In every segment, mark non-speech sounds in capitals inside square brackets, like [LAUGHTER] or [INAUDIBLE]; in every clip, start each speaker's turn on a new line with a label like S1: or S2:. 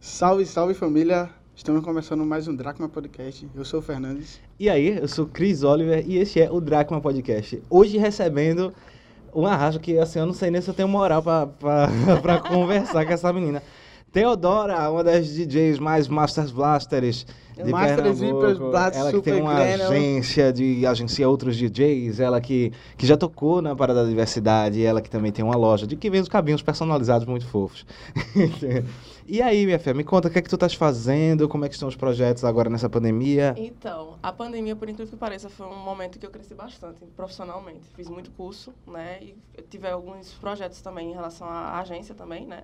S1: Salve, salve família! Estamos começando mais um Dracma Podcast. Eu sou o Fernandes.
S2: E aí, eu sou Cris Oliver e este é o Dracma Podcast. Hoje recebendo uma racha que, assim, eu não sei nem se eu tenho moral pra, pra, [LAUGHS] pra conversar com essa menina. Teodora, uma das DJs mais Masters Blasters de
S1: Masters,
S2: Pernambuco.
S1: Vipers, Blast,
S2: Ela que tem
S1: Super
S2: uma
S1: Grenal.
S2: agência, de, agencia outros DJs. Ela que, que já tocou na Parada da Diversidade. Ela que também tem uma loja de que vende os cabinhos personalizados muito fofos. [LAUGHS] e aí, minha filha, me conta o que é que tu estás fazendo? Como é que estão os projetos agora nessa pandemia?
S3: Então, a pandemia, por incrível que pareça, foi um momento que eu cresci bastante profissionalmente. Fiz muito curso, né? E eu tive alguns projetos também em relação à agência também, né?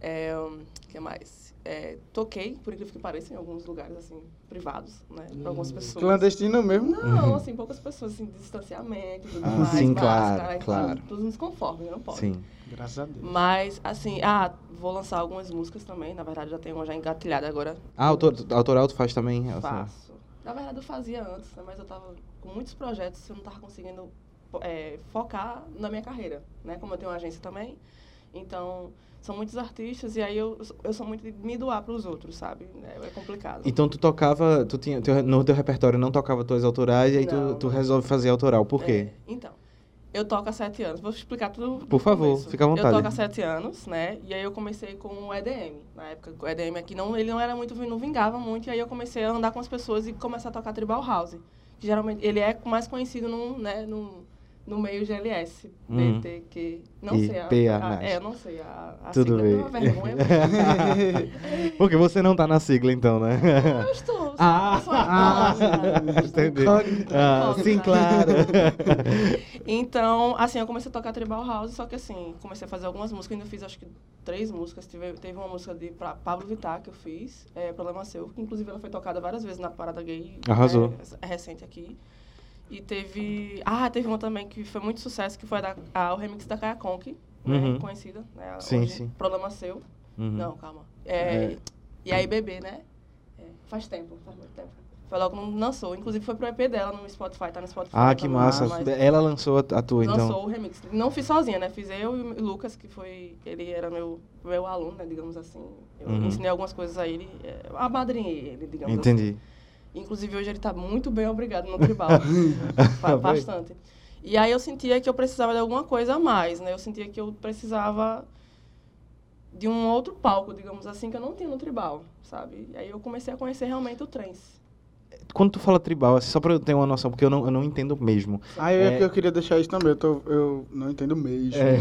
S3: É, hum, que mais? É, toquei, por incrível que pareça, em alguns lugares, assim, privados, né? Para
S2: Hum,
S3: algumas pessoas.
S1: Clandestino mesmo?
S3: Não, assim, poucas pessoas, assim, distanciamento, tudo
S2: Uhum. Ah,
S3: mais,
S2: sim,
S3: máscara,
S2: claro,
S3: enfim,
S2: claro.
S3: Todos nos conformes, não pode.
S2: Sim.
S1: Graças a [LAUGHS] Deus.
S3: Mas, assim, ah, vou lançar algumas músicas também. Na verdade, já tenho uma já engatilhada agora.
S2: Ah, autor, autoral tu faz também? Elsa?
S3: Faço. Na verdade, eu fazia antes, né? Mas eu tava com muitos projetos e eu não tava conseguindo po- eh, focar na minha carreira, né? Como eu tenho uma agência também. Então, são muitos artistas e aí eu, eu sou muito de me doar para os outros, sabe? É é complicado.
S2: Então tu tocava, tu tinha, teu- no teu repertório não tocava tuas autorais e aí tu,
S3: Não,
S2: tu
S3: não.
S2: resolve fazer autoral. Por quê?
S3: É, então, eu toco há sete anos. Vou explicar tudo. do
S2: Por favor,
S3: começo.
S2: fica à vontade.
S3: Eu toco há sete anos, né? E aí eu comecei com o EDM. Na época, o EDM aqui não, ele não era muito, não vingava muito. E aí eu comecei a andar com as pessoas e começar a tocar tribal house. Que geralmente ele é mais conhecido num, né, num, no meio GLS,
S2: Uhum.
S3: BTQ. Não
S2: E
S3: sei a,
S2: PA,
S3: a,
S2: mas-
S3: É, eu não sei a, a
S2: Tudo
S3: sigla,
S2: bem.
S3: eu tenho uma vergonha. mas- É.
S2: Porque você não tá na sigla então, né?
S3: eu estou.
S2: [LAUGHS] Ah,
S3: eu sou uma idosa,
S2: entendi.
S1: Incógnito.
S2: Ah,
S3: Óbvio,
S2: sim,
S3: né? [LAUGHS]
S2: claro.
S3: Então, assim, eu comecei a tocar tribal house, só que assim, comecei a fazer algumas músicas, ainda fiz acho que três músicas. Teve, teve uma música de pra, Pablo Vittar que eu fiz, é, Problema Seu, que inclusive ela foi tocada várias vezes na parada gay.
S2: Arrasou.
S3: né, essa- recente aqui. E teve. Ah, teve uma também que foi muito sucesso, que foi a da, a- o remix da Kaya Conk, né,
S2: Uhum.
S3: conhecida, né?
S2: Sim,
S3: hoje,
S2: sim.
S3: Problema Seu.
S2: Uhum.
S3: Não, calma. É,
S2: É.
S3: E aí, bebê, né? É, faz tempo, faz muito tempo. Foi logo quando lançou. Inclusive foi pro EP dela no Spotify, tá no Spotify.
S2: Ah, que
S3: tá no
S2: massa.
S3: ar, mas
S2: Ela lançou a, a tua
S3: lançou
S2: então.
S3: o remix. Não fiz sozinha, né? Fiz eu e o Lucas, que foi. Ele era meu, meu aluno, né? Digamos assim. Eu
S2: Uhum.
S3: ensinei algumas coisas a ele. é, Amadrinhei ele, digamos assim.
S2: Entendi.
S3: Inclusive, hoje ele está muito bem, obrigado, no
S2: [LAUGHS]
S3: tribal.
S2: Foi?
S3: Fa- Bastante. E aí eu sentia que eu precisava de alguma coisa a mais, né? Eu sentia que eu precisava de um outro palco, digamos assim, que eu não tinha no tribal, sabe? E aí eu comecei a conhecer realmente o trance.
S2: Quando tu fala tribal, assim, só pra eu ter uma noção, porque eu não, eu não entendo mesmo.
S1: Ah, eu,
S2: É.
S1: eu queria deixar isso também. Eu, tô- eu não entendo mesmo.
S2: É,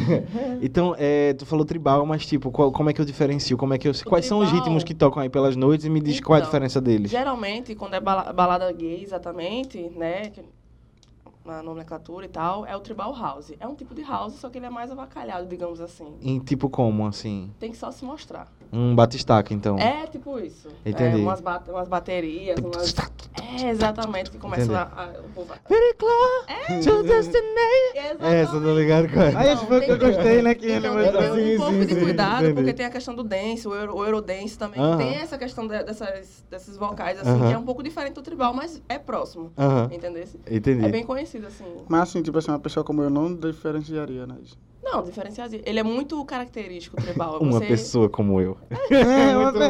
S2: então, é, tu falou tribal, mas tipo, qual- como é que eu diferencio? Como é que eu,
S3: O
S2: quais são os
S3: tribal-
S2: ritmos que tocam aí pelas noites e me diz qual é a
S3: Então,
S2: diferença deles?
S3: Geralmente, quando é bala- balada gay, exatamente, né? que- Na nomenclatura e tal, é o tribal house. É um tipo de house, só que ele é mais avacalhado, digamos assim.
S2: Em tipo como, assim?
S3: Tem que só se mostrar.
S2: Um batistaca, então.
S3: É tipo isso.
S2: Entendi.
S3: É, umas, ba- umas baterias, umas É, exatamente, que começa
S2: Entendi.
S3: a, a, o povo.
S2: Very close to destination. [LAUGHS] [LAUGHS] É, você tá ligado com
S1: Ah, esse foi o que eu
S3: Então, tem-
S1: gostei, né? Que
S3: Então,
S1: ele
S2: lembra-
S3: tem um
S2: assim, Sim,
S3: pouco
S2: sim,
S3: de
S2: sim,
S3: cuidado,
S2: entendi.
S3: porque tem a questão do dance, o, euro, o Eurodance também.
S2: Aham.
S3: Tem essa questão de- dessas, desses vocais, assim,
S2: Aham.
S3: que é um pouco diferente do tribal, mas é próximo.
S2: Aham,
S3: Entendeu?
S2: entendi.
S3: É bem conhecido, assim.
S1: Mas assim, tipo assim, uma pessoa como eu não diferenciaria,
S2: [LAUGHS]
S1: né? isso.
S3: Não, diferenciar. Ele é muito característico, o tribal.
S2: Uma
S3: Você-
S2: pessoa como eu.
S1: É, uma
S2: Muito
S1: pe-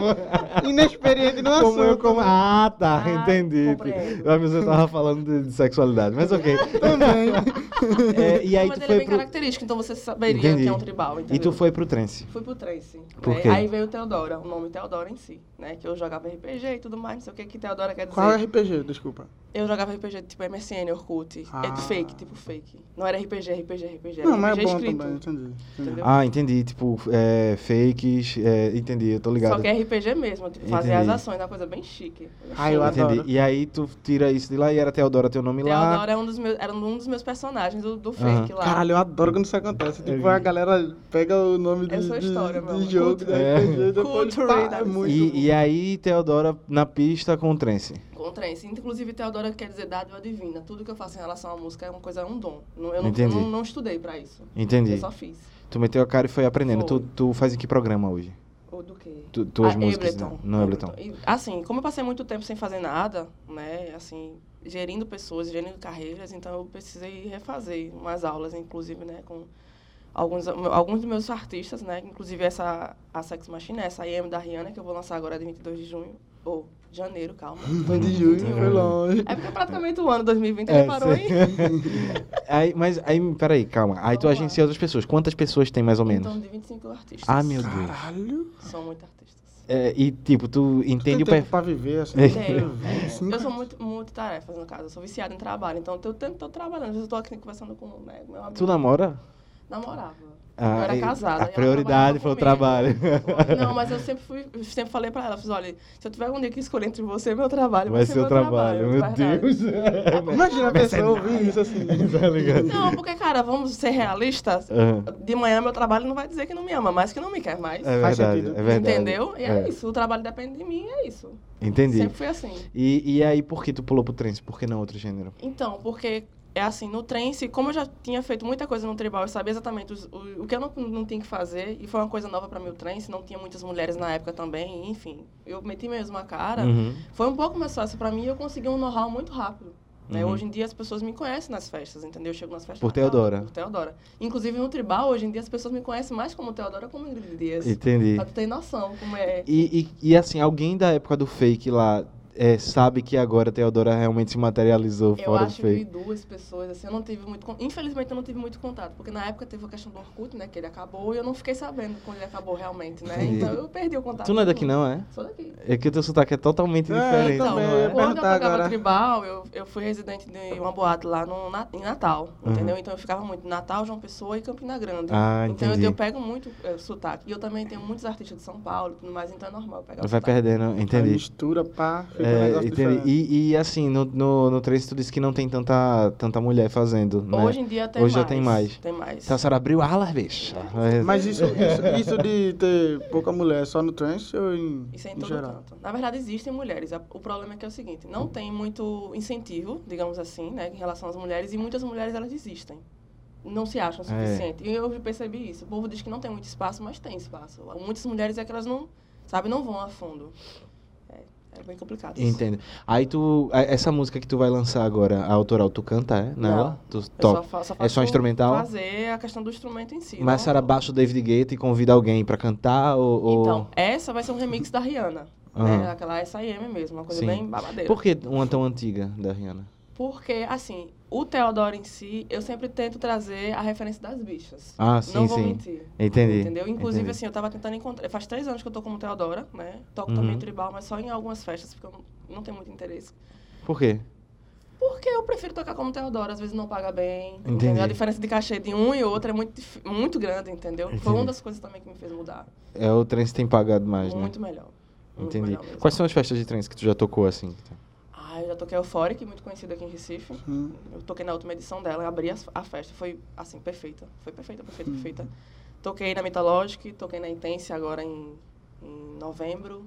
S2: bom.
S1: inexperiente no
S2: Como eu,
S1: assunto.
S2: como... Ah, tá,
S3: Ah,
S2: entendi.
S3: compreendo.
S2: A pessoa tava falando de, de sexualidade, mas ok.
S1: Também.
S2: [LAUGHS] É, e aí
S3: mas
S2: tu
S3: ele é
S2: foi
S3: bem
S2: pro...
S3: característico, então você saberia
S2: Entendi.
S3: que é um tribal, entendeu?
S2: E tu foi pro trance.
S3: Fui pro trance.
S2: Por
S3: né?
S2: quê?
S3: Aí veio o Teodora, o nome Teodora em si, né? Que eu jogava RPG e tudo mais, não sei o que que Teodora quer dizer.
S1: Qual é o RPG? Desculpa.
S2: é?
S3: Eu jogava RPG tipo MSN, Orkut.
S1: Ah.
S3: É fake, tipo fake. Não era RPG, RPG, RPG.
S1: Não,
S3: RPG
S1: mas é bom
S3: escrito.
S1: também, entendi. entendi.
S3: Entendeu?
S2: Ah, entendi. Tipo, é, fakes, é, entendi, eu tô ligado.
S3: Só que é RPG mesmo, tipo, fazer
S2: Entendi.
S3: as ações, uma coisa bem chique.
S1: Ah, eu adoro.
S2: Entendi. E aí tu tira isso de lá e era Teodora teu nome lá.
S3: Teodoro é um dos meus, era um dos meus personagens do, do fake lá.
S1: Caralho, eu adoro quando isso acontece.
S2: É.
S1: Tipo, a galera pega o nome de,
S3: Essa é a
S1: de,
S3: história, meu
S1: de
S3: amor.
S1: jogo, da
S2: É.
S1: RPG, depois
S3: Culture,
S1: pá,
S3: né?
S1: é muito bom.
S2: E, e aí Teodora na pista com o trance.
S3: Com trance. Inclusive, Teodora quer dizer dádiva divina. Tudo que eu faço em relação à música é uma coisa, é um dom. Não- Eu não,
S2: Entendi.
S3: não, não estudei pra isso. Eu
S2: Entendi.
S3: só fiz.
S2: Tu meteu a cara e foi aprendendo.
S3: Foi.
S2: Tu, tu faz em que programa hoje?
S3: Ou do quê?
S2: Tu, tuas
S3: Ah,
S2: músicas?
S3: Ableton.
S2: Não, é não Ableton.
S3: E, Assim, como eu passei muito tempo sem fazer nada, né? Assim, gerindo pessoas, gerindo carreiras, então eu precisei refazer umas aulas, inclusive, né? Com alguns, alguns dos meus artistas, né? Inclusive essa a Sex Machine, essa IM da Rihanna, que eu vou lançar agora de 22 de junho. Ou janeiro, calma.
S1: Foi de junho,
S2: Uhum.
S1: foi longe.
S3: É porque praticamente o ano 2020
S2: É,
S3: ele parou,
S2: sei. [LAUGHS]
S3: hein?
S2: aí, mas aí, peraí, calma. Aí tu
S3: Vamos lá.
S2: agencia outras pessoas. Quantas pessoas tem mais ou
S3: Em
S2: menos?
S3: torno Então, de 25 artistas.
S2: Ah, meu Deus.
S1: Caralho.
S3: São muitos artistas.
S2: É, e tipo, tu entende
S1: Tem
S2: o perfil.
S1: tempo pra viver, assim.
S2: É.
S1: pra
S2: [LAUGHS]
S3: Tenho.
S1: viver, assim.
S3: Eu sou muito, muito tarefas, no caso. Eu sou viciada em trabalho. Então, eu tempo tô trabalhando. Às vezes eu tô aqui conversando com né, meu amigo.
S2: Tu namora?
S3: Namorava.
S2: [LAUGHS] Ah,
S3: eu era
S2: e-
S3: casada.
S2: A
S3: e ela
S2: prioridade
S3: trabalhava
S2: foi o
S3: comigo.
S2: trabalho. [LAUGHS]
S3: Não, mas eu sempre fui, eu sempre falei pra ela, fiz, olha, se eu tiver um dia que escolher entre você e meu trabalho,
S2: Vai
S3: você
S2: ser o
S3: meu
S2: trabalho, meu
S3: verdade.
S2: Deus.
S1: Imagina a pessoa ouvir isso assim.
S2: [LAUGHS] tá ligado?
S3: Não, porque, cara, vamos ser realistas.
S2: Aham.
S3: De manhã meu trabalho não vai dizer que não me ama, mas que não me quer mais.
S2: É
S1: Faz
S2: verdade,
S1: sentido.
S2: é verdade.
S3: Entendeu? E é,
S2: É.
S3: isso. O trabalho depende de mim, é isso.
S2: Entendi.
S3: Sempre foi assim.
S2: E, e aí, por que tu pulou pro trance? Por que não outro gênero?
S3: Então, porque é assim, no trance, como eu já tinha feito muita coisa no tribal, eu sabia exatamente os- o, o que eu não, não tinha que fazer, e foi uma coisa nova para mim o trance, não tinha muitas mulheres na época também, enfim. Eu meti mesmo a cara.
S2: Uhum.
S3: Foi um pouco mais fácil para mim e eu consegui um know-how muito rápido. né?
S2: Uhum.
S3: Hoje em dia as pessoas me conhecem nas festas, entendeu? Eu chego nas festas.
S2: Por
S3: e falo,
S2: Teodora.
S3: Por Teodora. Inclusive no tribal, hoje em dia as pessoas me conhecem mais como Teodora como Ingrid Dias.
S2: uhum. Entendi.
S3: Pra tu ter noção como é.
S2: E, e, e, assim, alguém da época do fake lá é, sabe que agora a Teodora realmente se materializou
S3: Eu
S2: fora do
S3: acho que
S2: fake.
S3: duas pessoas, assim, eu não tive muito. con- Infelizmente, eu não tive muito contato, porque na época teve a questão do Orkut, né? Que ele acabou e eu não fiquei sabendo quando ele acabou realmente, né?
S2: Entendi.
S3: Então eu perdi o contato.
S2: Tu não é
S3: com
S2: daqui,
S3: tudo.
S2: não, é?
S3: Sou daqui.
S2: É que o teu sotaque é totalmente
S1: É,
S2: diferente.
S1: então,
S3: Então,
S1: também,
S2: não
S1: eu ia
S2: é?
S3: quando eu
S1: perguntar
S3: tocava
S1: agora.
S3: tribal, eu, eu fui residente de uma boate lá no, Na- em Natal,
S2: Uhum.
S3: entendeu? Então eu ficava muito em Natal, João Pessoa e Campina Grande.
S2: Ah,
S3: então eu,
S2: entendi.
S3: eu pego muito eh, sotaque. E eu também tenho muitos artistas de São Paulo e tudo mais, então é normal eu pegar o
S2: Vai
S3: sotaque.
S2: perdendo,
S1: Aí
S2: entendi.
S1: mistura, pá, fica um
S2: É,
S1: negócio
S2: entendi.
S1: diferente.
S2: E, e, assim, no, no, no trance tu disse que não tem tanta, tanta mulher fazendo, né?
S3: Hoje em dia tem
S2: Hoje já
S3: mais.
S2: tem mais.
S3: Tem mais.
S2: Então a senhora abriu alas, bicha.
S1: Mas isso, isso, isso de ter pouca mulher só no trance ou em,
S3: Isso é em
S1: em
S3: todo
S1: geral?
S3: canto. Na verdade, existem mulheres. A- O problema é que é o seguinte, não tem muito incentivo, digamos assim, né, em relação às mulheres, e muitas mulheres, elas desistem. Não se acham o
S2: É.
S3: suficiente. E eu percebi isso. O povo diz que não tem muito espaço, mas tem espaço. Muitas mulheres é que elas não, sabe, não vão a fundo. É, é bem complicado isso.
S2: Entendo. Aí tu. a- Essa música que tu vai lançar agora, a autoral, tu canta, é? Nela? Tu
S3: Eu só,
S2: toca.
S3: fa- só
S2: É só
S3: faço
S2: instrumental?
S3: Fazer a questão do instrumento em si. né? não
S2: Mas a senhora
S3: autoral.
S2: baixa o David Guetta e convida alguém pra cantar ou. ou-
S3: Então, essa vai ser um remix da Rihanna.
S2: Aham.
S3: Né? Aquela S.I.M. mesmo, uma coisa
S2: Sim.
S3: bem babadeira.
S2: Por que uma tão antiga da Rihanna?
S3: Porque, assim, o Teodoro em si, eu sempre tento trazer a referência das bichas.
S2: Ah, sim,
S3: Não vou
S2: sim.
S3: mentir.
S2: Entendi.
S3: Entendeu? Inclusive,
S2: entendi.
S3: assim, eu tava tentando encontrar. Faz três anos que eu tô como Teodora, né? Toco
S2: Uhum.
S3: também tribal, mas só em algumas festas, porque eu não, não tenho muito interesse.
S2: Por quê?
S3: Porque eu prefiro tocar como Teodora, às vezes não paga bem.
S2: Entendi.
S3: Entendeu? A diferença de cachê de um e outro é muito, dif- muito grande, entendeu? Foi
S2: Entendi.
S3: uma das coisas também que me fez mudar.
S2: É o trance tem pagado mais,
S3: muito
S2: né?
S3: melhor. Muito
S2: Entendi.
S3: melhor mesmo.
S2: Quais são as festas de trance que tu já tocou assim?
S3: Ah, eu já toquei Euphoric, muito conhecida aqui em Recife.
S1: Hum.
S3: Eu toquei na última edição dela, eu abri as- a festa, foi assim, perfeita. Foi perfeita, perfeita,
S2: Uhum.
S3: perfeita. Toquei na Metalogic, toquei na Intense agora em, em novembro.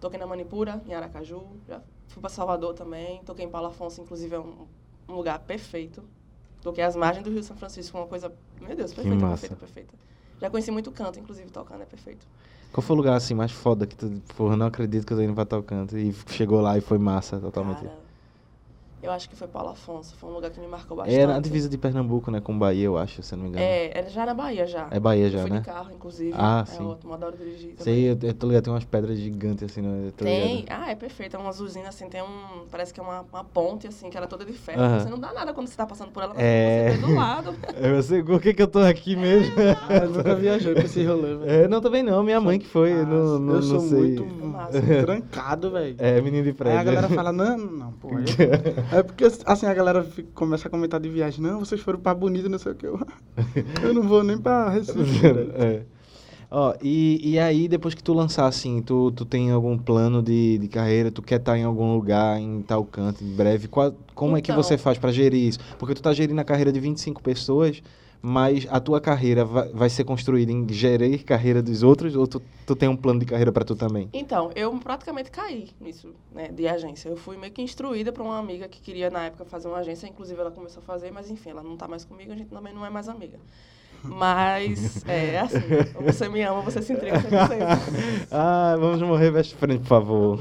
S3: Toquei na Manipura, em Aracaju. Já fui para Salvador também. Toquei em Paulo Afonso, inclusive é um, um lugar perfeito. Toquei às margens do Rio São Francisco, uma coisa, meu Deus, perfeita,
S2: massa.
S3: perfeita, perfeita. Já conheci muito canto, inclusive, tocando, é perfeito.
S2: Qual foi o lugar assim mais foda que tu, porra, não acredito que eu tô indo pra tal canto e chegou lá e foi massa totalmente.
S3: Cara, eu acho que foi Paulo Afonso, foi um lugar que me marcou bastante.
S2: é na divisa de Pernambuco, né, com Bahia, eu acho, se eu não me engano.
S3: É, era já na Bahia já.
S2: É Bahia
S3: Eu
S2: já,
S3: fui
S2: né?
S3: de carro, inclusive.
S2: Ah,
S3: é
S2: sim.
S3: ótimo, adoro dirigir.
S2: Sei, eu,
S3: também.
S2: eu tô ligado, tem umas pedras gigantes assim, né? eu tô
S3: Tem,
S2: ligado.
S3: ah, é perfeito. É uma usina assim, tem um. Parece que é uma, uma ponte, assim, que ela é toda de ferro.
S2: Aham.
S3: Você não dá nada quando você tá passando por ela, mas
S2: É.
S3: você vê do
S2: [LAUGHS]
S3: lado.
S2: Eu sei, por que que eu tô aqui mesmo?
S1: Eu nunca viajei pra esse rolê, velho.
S2: É, não, também não, minha mãe que foi, É, eu não,
S1: Nossa,
S2: não,
S1: eu
S2: não
S1: sou
S2: sei.
S3: É
S1: muito
S3: Massa.
S1: trancado, velho.
S2: É, menino de
S1: Aí
S2: prédio.
S1: a galera fala, não, não, pô.
S2: [LAUGHS]
S1: eu- É porque, assim, a galera fica- começa a comentar de viagem. Não, vocês foram pra Bonito, não sei o que. Eu, [LAUGHS] eu não vou nem pra
S2: [LAUGHS]
S1: Recife. velho.
S2: É. Ó, e, e aí, depois que tu lançar, assim, tu, tu tem algum plano de, de carreira, tu quer estar em algum lugar, em tal canto, em breve, qual- como é que
S3: Então.
S2: você faz pra gerir isso? Porque tu tá gerindo a carreira de 25 pessoas, mas a tua carreira vai, vai ser construída em gerir carreira dos outros, ou tu, tu tem um plano de carreira pra tu também?
S3: Então, eu praticamente caí nisso, né, de agência. Eu fui meio que instruída por uma amiga que queria, na época, fazer uma agência. Inclusive, ela começou a fazer, mas enfim, ela não tá mais comigo, a gente também não é
S2: [LAUGHS]
S3: mais amiga. Mas, é assim, você me ama, você se entrega 100%.
S2: [LAUGHS] ah, vamos morrer veste frente, por favor.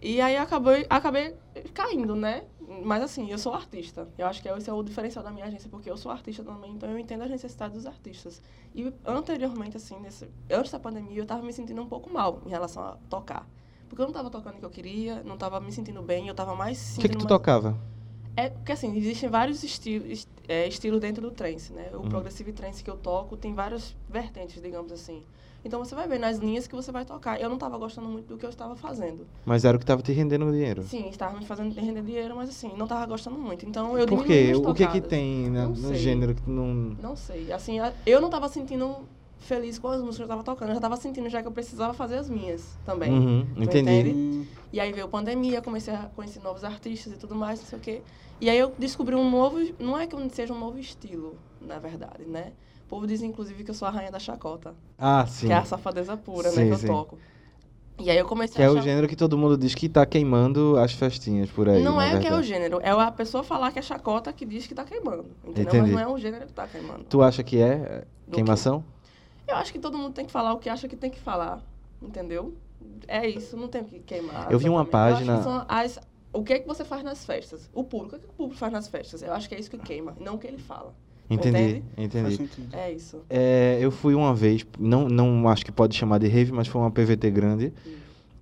S3: E aí acabei, acabei caindo, né? Mas assim, eu sou artista. Eu acho que esse é o diferencial da minha agência, porque eu sou artista também, então eu entendo as necessidades dos artistas. E anteriormente, assim, nesse, antes da pandemia, eu estava me sentindo um pouco mal em relação a tocar. Porque eu não estava tocando o que eu queria, não estava me sentindo bem, eu estava
S2: [LAUGHS]
S3: mais
S2: O que, que
S3: sentindo
S2: tu
S3: mais-
S2: tocava?
S3: É, porque assim, existem vários estilos, est- é, estilos dentro do trance, né? O
S2: Uhum.
S3: progressive trance que eu toco tem várias vertentes, digamos assim. Então você vai ver nas linhas que você vai tocar. Eu não estava gostando muito do que eu estava fazendo.
S2: Mas era o que tava te rendendo dinheiro.
S3: Sim, estava me fazendo render dinheiro, mas assim, não estava gostando muito. Então eu
S2: Por
S3: diminuí
S2: quê?
S3: as
S2: O que que
S3: tocadas.
S2: tem né,
S3: Não
S2: no
S3: sei.
S2: gênero que tu não...
S3: Não sei. Assim, a- eu não estava sentindo feliz com as músicas que eu estava tocando. Eu já estava sentindo já que eu precisava fazer as minhas também.
S2: Uhum,
S3: tu
S2: entendi.
S3: entende? E aí veio pandemia, comecei a conhecer novos artistas e tudo mais, não sei o quê. E aí eu descobri um novo. Não é que eu seja um novo estilo, na verdade, né? O povo diz, inclusive, que eu sou a rainha da chacota,
S2: Ah, sim.
S3: que é a safadeza pura,
S2: Sim,
S3: né? Que
S2: sim.
S3: eu toco. E aí eu comecei
S2: Que
S3: a
S2: é o
S3: achar-
S2: gênero que todo mundo diz que tá queimando as festinhas por aí.
S3: Não
S2: na
S3: é que é o
S2: verdade.
S3: gênero, é a pessoa falar que é chacota que diz que tá queimando, entendeu?
S2: Entendi.
S3: Mas não é o gênero que tá queimando.
S2: Tu acha que é
S3: Do
S2: queimação?
S3: Eu acho que todo mundo tem que falar o que acha que tem que falar, entendeu? É isso, não tem o que queimar.
S2: Eu vi uma
S3: exatamente. Eu
S2: página-
S3: acho que são as- o que é que você faz nas festas? O público, o que, é que o público faz nas festas? Eu acho que é isso que queima, não o que ele fala.
S2: Entendi,
S1: Faz
S2: entendi.
S1: sentido.
S3: É isso.
S2: É, eu fui uma vez, não, não acho que pode chamar de rave, mas foi uma PVT grande.
S3: Hum.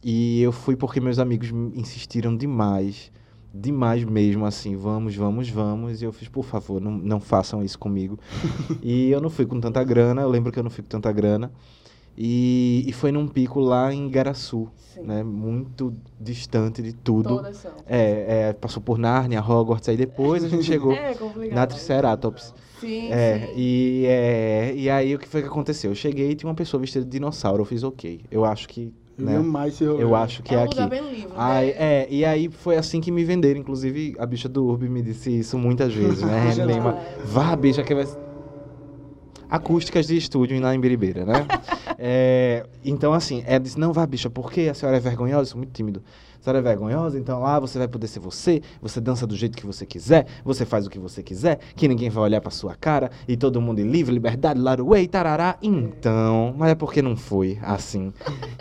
S2: E eu fui porque meus amigos me insistiram demais, demais mesmo, assim, vamos, vamos, vamos. E eu fiz, por favor, não, não façam isso
S3: [LAUGHS]
S2: comigo. e eu não fui com tanta grana, eu lembro que eu não fui com tanta grana. E, e foi num pico lá em Garaçu,
S3: Sim.
S2: né? Muito distante de tudo.
S3: Todas são.
S2: É, é, passou por Nárnia, Hogwarts, aí depois
S3: [LAUGHS]
S2: a gente chegou
S3: É complicado.
S2: na Triceratops.
S3: Sim,
S2: É,
S3: sim.
S2: e, é, e aí o que foi que aconteceu? Eu cheguei e tinha uma pessoa vestida de dinossauro. Eu fiz ok. Eu acho que.
S1: Eu
S2: né,
S1: amo mais esse rolê.
S2: eu acho que
S3: é
S2: é
S3: um
S2: aqui.
S3: lugar bem livre,
S2: Aí,
S3: né?
S2: é, e aí foi assim que me venderam. Inclusive, a bicha do Urb me disse isso muitas vezes, né?
S1: Ah,
S3: [LAUGHS]
S2: Renan Lima, Vá, bicha, que vai. Acústicas de estúdio lá em Biribeira, né? É, então, assim, ela disse: Não, vá, bicha, porque a senhora é vergonhosa, eu sou muito tímido. A senhora é vergonhosa, então lá você vai poder ser você, você dança do jeito que você quiser, você faz o que você quiser, que ninguém vai olhar pra sua cara, e todo mundo é livre, liberdade, laruei, tarará. Então, mas é porque não foi assim.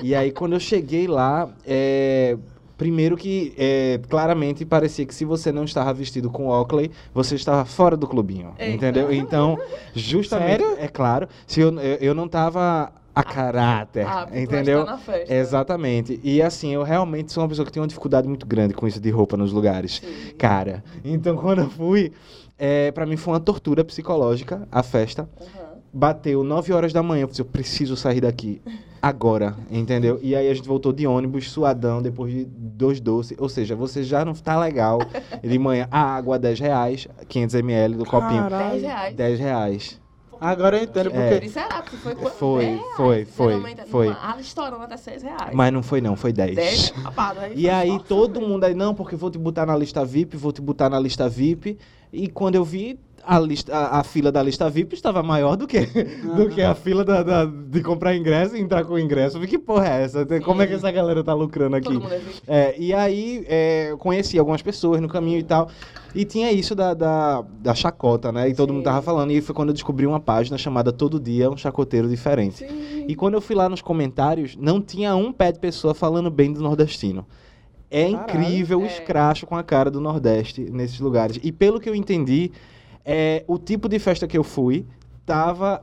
S2: E aí, quando eu cheguei lá, é, Primeiro que é, claramente parecia que se você não estava vestido com Oakley, você estava fora do clubinho,
S3: Eita.
S2: entendeu? Então, justamente, é claro, se eu, eu, eu não estava a caráter,
S3: Ah, porque
S2: entendeu?
S3: Tá na festa.
S2: Exatamente. E assim, eu realmente sou uma pessoa que tem uma dificuldade muito grande com isso de roupa nos lugares.
S3: Sim.
S2: Cara, então [LAUGHS] quando eu fui, é, para mim foi uma tortura psicológica a festa.
S3: Aham.
S2: Bateu 9 horas da manhã, eu falei, assim, eu preciso sair daqui agora, entendeu? E aí a gente voltou de ônibus, suadão, depois de dois doces. Ou seja, você já não tá legal de manhã. A água, 10 reais, 500 ml do copinho,
S1: Caralho.
S3: 10 reais.
S2: 10 reais.
S1: Agora eu entendo
S2: É.
S1: porque.
S3: E será que foi né? quanto?
S2: Foi,
S3: 10 reais?
S2: foi, foi,
S3: Geralmente é
S2: foi.
S3: numa- Ah, estourando até 6 reais.
S2: Mas não foi não, foi 10.
S3: 10 rapado, aí
S2: E
S3: foi
S2: aí
S3: só.
S2: todo mundo aí, não, porque vou te botar na lista VIP, vou te botar na lista VIP. E quando eu vi, a, lista, a, a fila da lista VIP estava maior do que, [LAUGHS] do que a fila da, da- de comprar ingresso e entrar com ingresso. Eu falei, que porra é essa? Como é que essa galera tá lucrando aqui?
S3: Todo mundo é vítima.
S2: É, e aí é, eu conheci algumas pessoas no caminho e tal. E tinha isso da, da, da chacota, né? E todo
S3: Sim.
S2: mundo tava falando. E foi quando eu descobri uma página chamada Todo Dia Um Chacoteiro Diferente.
S3: Sim.
S2: E quando eu fui lá nos comentários, não tinha um pé de pessoa falando bem do nordestino. É
S1: Caralho.
S2: incrível o
S3: É.
S2: escracho com a cara do Nordeste nesses lugares. E pelo que eu entendi, é, o tipo de festa que eu fui tava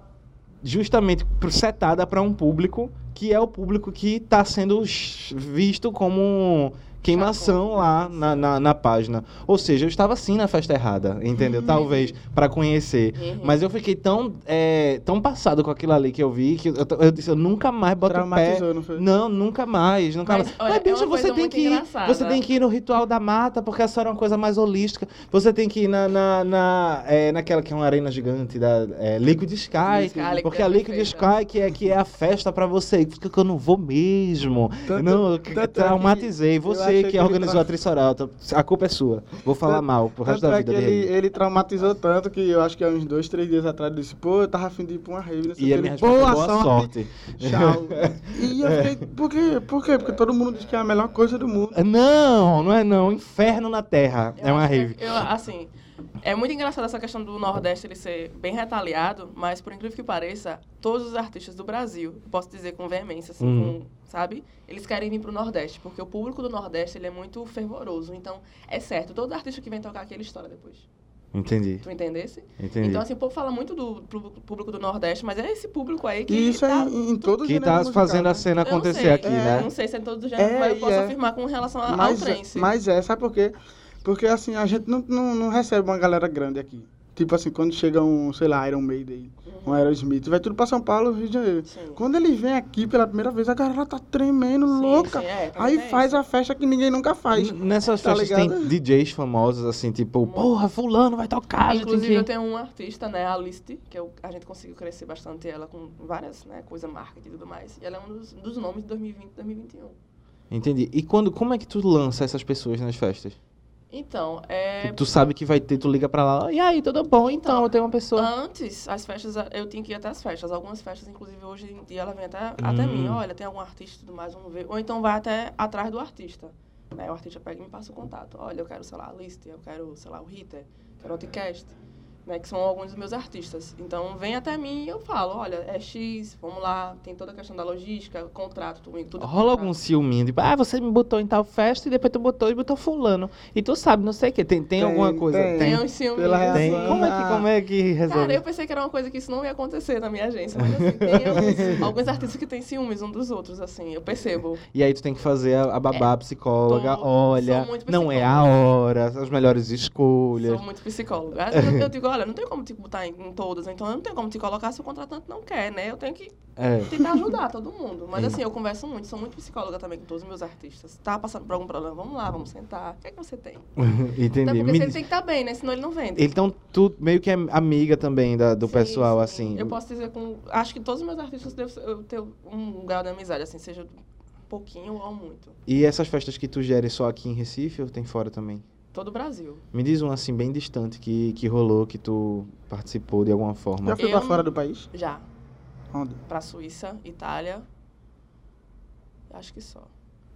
S2: justamente pro- setada para um público que é o público que está sendo sh- visto como queimação
S3: Chacota.
S2: lá na, na, na página. Ou seja, eu estava sim na festa errada, entendeu? Talvez, para conhecer.
S3: Uhum.
S2: Hum. Mas eu fiquei tão, é, tão passado com aquilo ali que eu vi que eu, t- eu disse, eu nunca mais boto o pé.
S1: Traumatizou, não foi?
S2: Não, nunca mais, nunca
S3: Mas,
S2: mais.
S3: olha,
S2: Mas, bicha,
S3: é uma
S2: você
S3: coisa
S2: tem
S3: muito
S2: que ir.
S3: engraçada.
S2: Você tem que ir no ritual da mata, porque essa era uma coisa mais holística. Você tem que ir na, na, na, é, naquela que é uma arena gigante da é, Liquid Sky.
S3: Liquid Sky,
S2: porque
S3: que é
S2: a Liquid
S3: perfeita.
S2: Sky que é, que é a festa pra você. Por que que eu não vou mesmo?
S1: Tanto-
S2: não, eu
S1: tanto é que
S2: traumatizei.
S1: eu achei
S2: Você
S1: que
S2: que,
S1: ele Tá,
S2: organizou
S1: tra-
S2: a Trissoralta. A culpa é sua. Vou falar
S1: Tanto-
S2: mal pro resto
S1: Tanto
S2: da
S1: é que
S2: vida
S1: ele,
S2: dele.
S1: ele traumatizou tanto que eu acho que há uns dois, três dias atrás ele disse, pô, eu tava afim de ir pra uma rave, não sei
S2: E
S1: o
S2: ele
S1: que. Ele,
S2: me respondeu, boa sorte. [LAUGHS]
S1: Tchau. e eu fiquei, por quê? Por quê? Porque todo mundo diz que é
S2: Ah,
S1: a melhor coisa do mundo.
S2: Não, não é não. Inferno na Terra.
S3: Eu
S2: É uma
S3: acho que-
S2: rave.
S3: Eu, assim, É muito engraçada essa questão do Nordeste ele ser bem retaliado, mas por incrível que pareça, todos os artistas do Brasil, posso dizer com veemência, assim,
S2: Hum.
S3: com- sabe? Eles querem vir pro Nordeste, porque o público do Nordeste ele é muito fervoroso. Então, é certo, todo artista que vem tocar aqui, ele estoura depois.
S2: Entendi,
S3: Tu entendesse?
S2: entendi.
S3: Então, assim, o povo fala muito do plu- público do Nordeste, mas é esse público aí que
S1: E isso
S3: tá...
S1: é em, em todos os
S2: que
S1: gêneros
S2: tá
S1: musicais,
S2: fazendo
S1: né?
S2: a cena
S3: Eu não
S2: acontecer
S3: sei,
S2: aqui,
S3: é,
S2: né?
S3: Não sei se é em todos os gêneros,
S1: É,
S3: mas eu posso
S1: e é.
S3: afirmar com relação a,
S1: mas,
S3: Ah, ao trance.
S1: Mas é, sabe por quê? Porque assim, a gente não, não, não recebe uma galera grande aqui. Tipo assim, quando chega um, sei lá, Iron Maiden, um Aerosmith, vai tudo pra São Paulo, Rio de Janeiro.
S3: Uhum. Sim.
S1: Quando ele vem aqui pela primeira vez, a galera tá tremendo,
S3: Sim,
S1: louca.
S3: sim, é, também
S1: Aí
S3: tem
S1: faz
S3: isso. Uhum.
S1: a festa que ninguém nunca faz.
S2: N- Nessas
S1: tá
S2: festas
S1: ligado?
S2: tem DJs famosos, assim, tipo, porra, fulano vai tocar, a gente tem
S3: Hum. Ah, Inclusive,
S1: assim.
S2: que...
S3: eu tenho uma artista, né, a List, que eu- a gente conseguiu crescer bastante ela com várias, né, coisa, marketing e tudo mais. E ela é um dos, dos nomes de 2020 2021.
S2: Entendi. E quando, como é que tu lança essas pessoas nas festas?
S3: Então, é...
S2: Tipo, tu sabe que vai ter, tu liga pra lá, e aí, tudo bom? Então, eu tenho uma pessoa...
S3: Ah, Antes, as festas, eu tinha que ir até as festas. Algumas festas, inclusive, hoje em dia, ela vem até, até
S2: Hum.
S3: mim. Olha, tem algum artista e tudo mais, vamos ver. Ou então vai até atrás do artista. Né? O artista pega e me passa o contato. Olha, eu quero, sei lá, a List, eu quero, sei lá, o Hitter, quero o Outcast, né? que são alguns dos meus artistas. Então, vem até mim e eu falo, olha, é X, vamos lá. Tem toda a questão da logística, contrato, tudo. tudo
S2: Rola
S3: contrato.
S2: algum ciúminho, tipo, ah, você me botou em tal festa e depois tu botou e botou fulano. E tu sabe, não sei o quê. Tem, tem,
S1: Tem,
S2: alguma coisa?
S1: tem.
S3: Tem Ah. uns ciúmes.
S1: Pela
S2: Tem.
S1: Razão.
S2: Como é que, como é que resolve?
S3: Cara, eu pensei que era uma coisa que isso não ia acontecer na minha agência, mas
S2: [LAUGHS]
S3: assim, tem alguns, alguns artistas que têm ciúmes um dos outros, assim, eu percebo.
S2: E aí tu tem que fazer a, a babá a psicóloga,
S3: Tô-
S2: olha,
S3: É. sou muito
S2: não é a hora, as melhores escolhas.
S3: Sou muito psicóloga. Às vezes eu digo, olha, não tem como te botar em, em todas, então eu não tenho como te colocar se o contratante não quer, né? Eu tenho que
S2: É. [LAUGHS]
S3: tentar ajudar todo mundo. Mas assim, eu converso muito, sou muito psicóloga também com todos os meus artistas. Tá passando por algum problema, vamos lá, vamos sentar. O que é que você tem? Até
S2: Entendi.
S3: porque
S2: Me
S3: ele
S2: diz-
S3: tem que estar bem, né? Senão ele não vende.
S2: Então, tu meio que é amiga também da- é do
S3: Sim,
S2: pessoal,
S3: sim.
S2: assim.
S3: Eu posso dizer com. Acho que todos os meus artistas devem eu ter um grau de amizade, assim, seja pouquinho ou muito.
S2: E essas festas que tu gere só aqui em Recife ou tem fora também?
S3: Todo o Brasil.
S2: Me diz um assim bem distante que, que rolou, que tu participou de alguma forma.
S1: Já foi
S3: Eu
S1: pra
S3: não-
S1: fora do país?
S3: Já.
S1: Onde?
S3: Pra Suíça, Itália. Acho que só.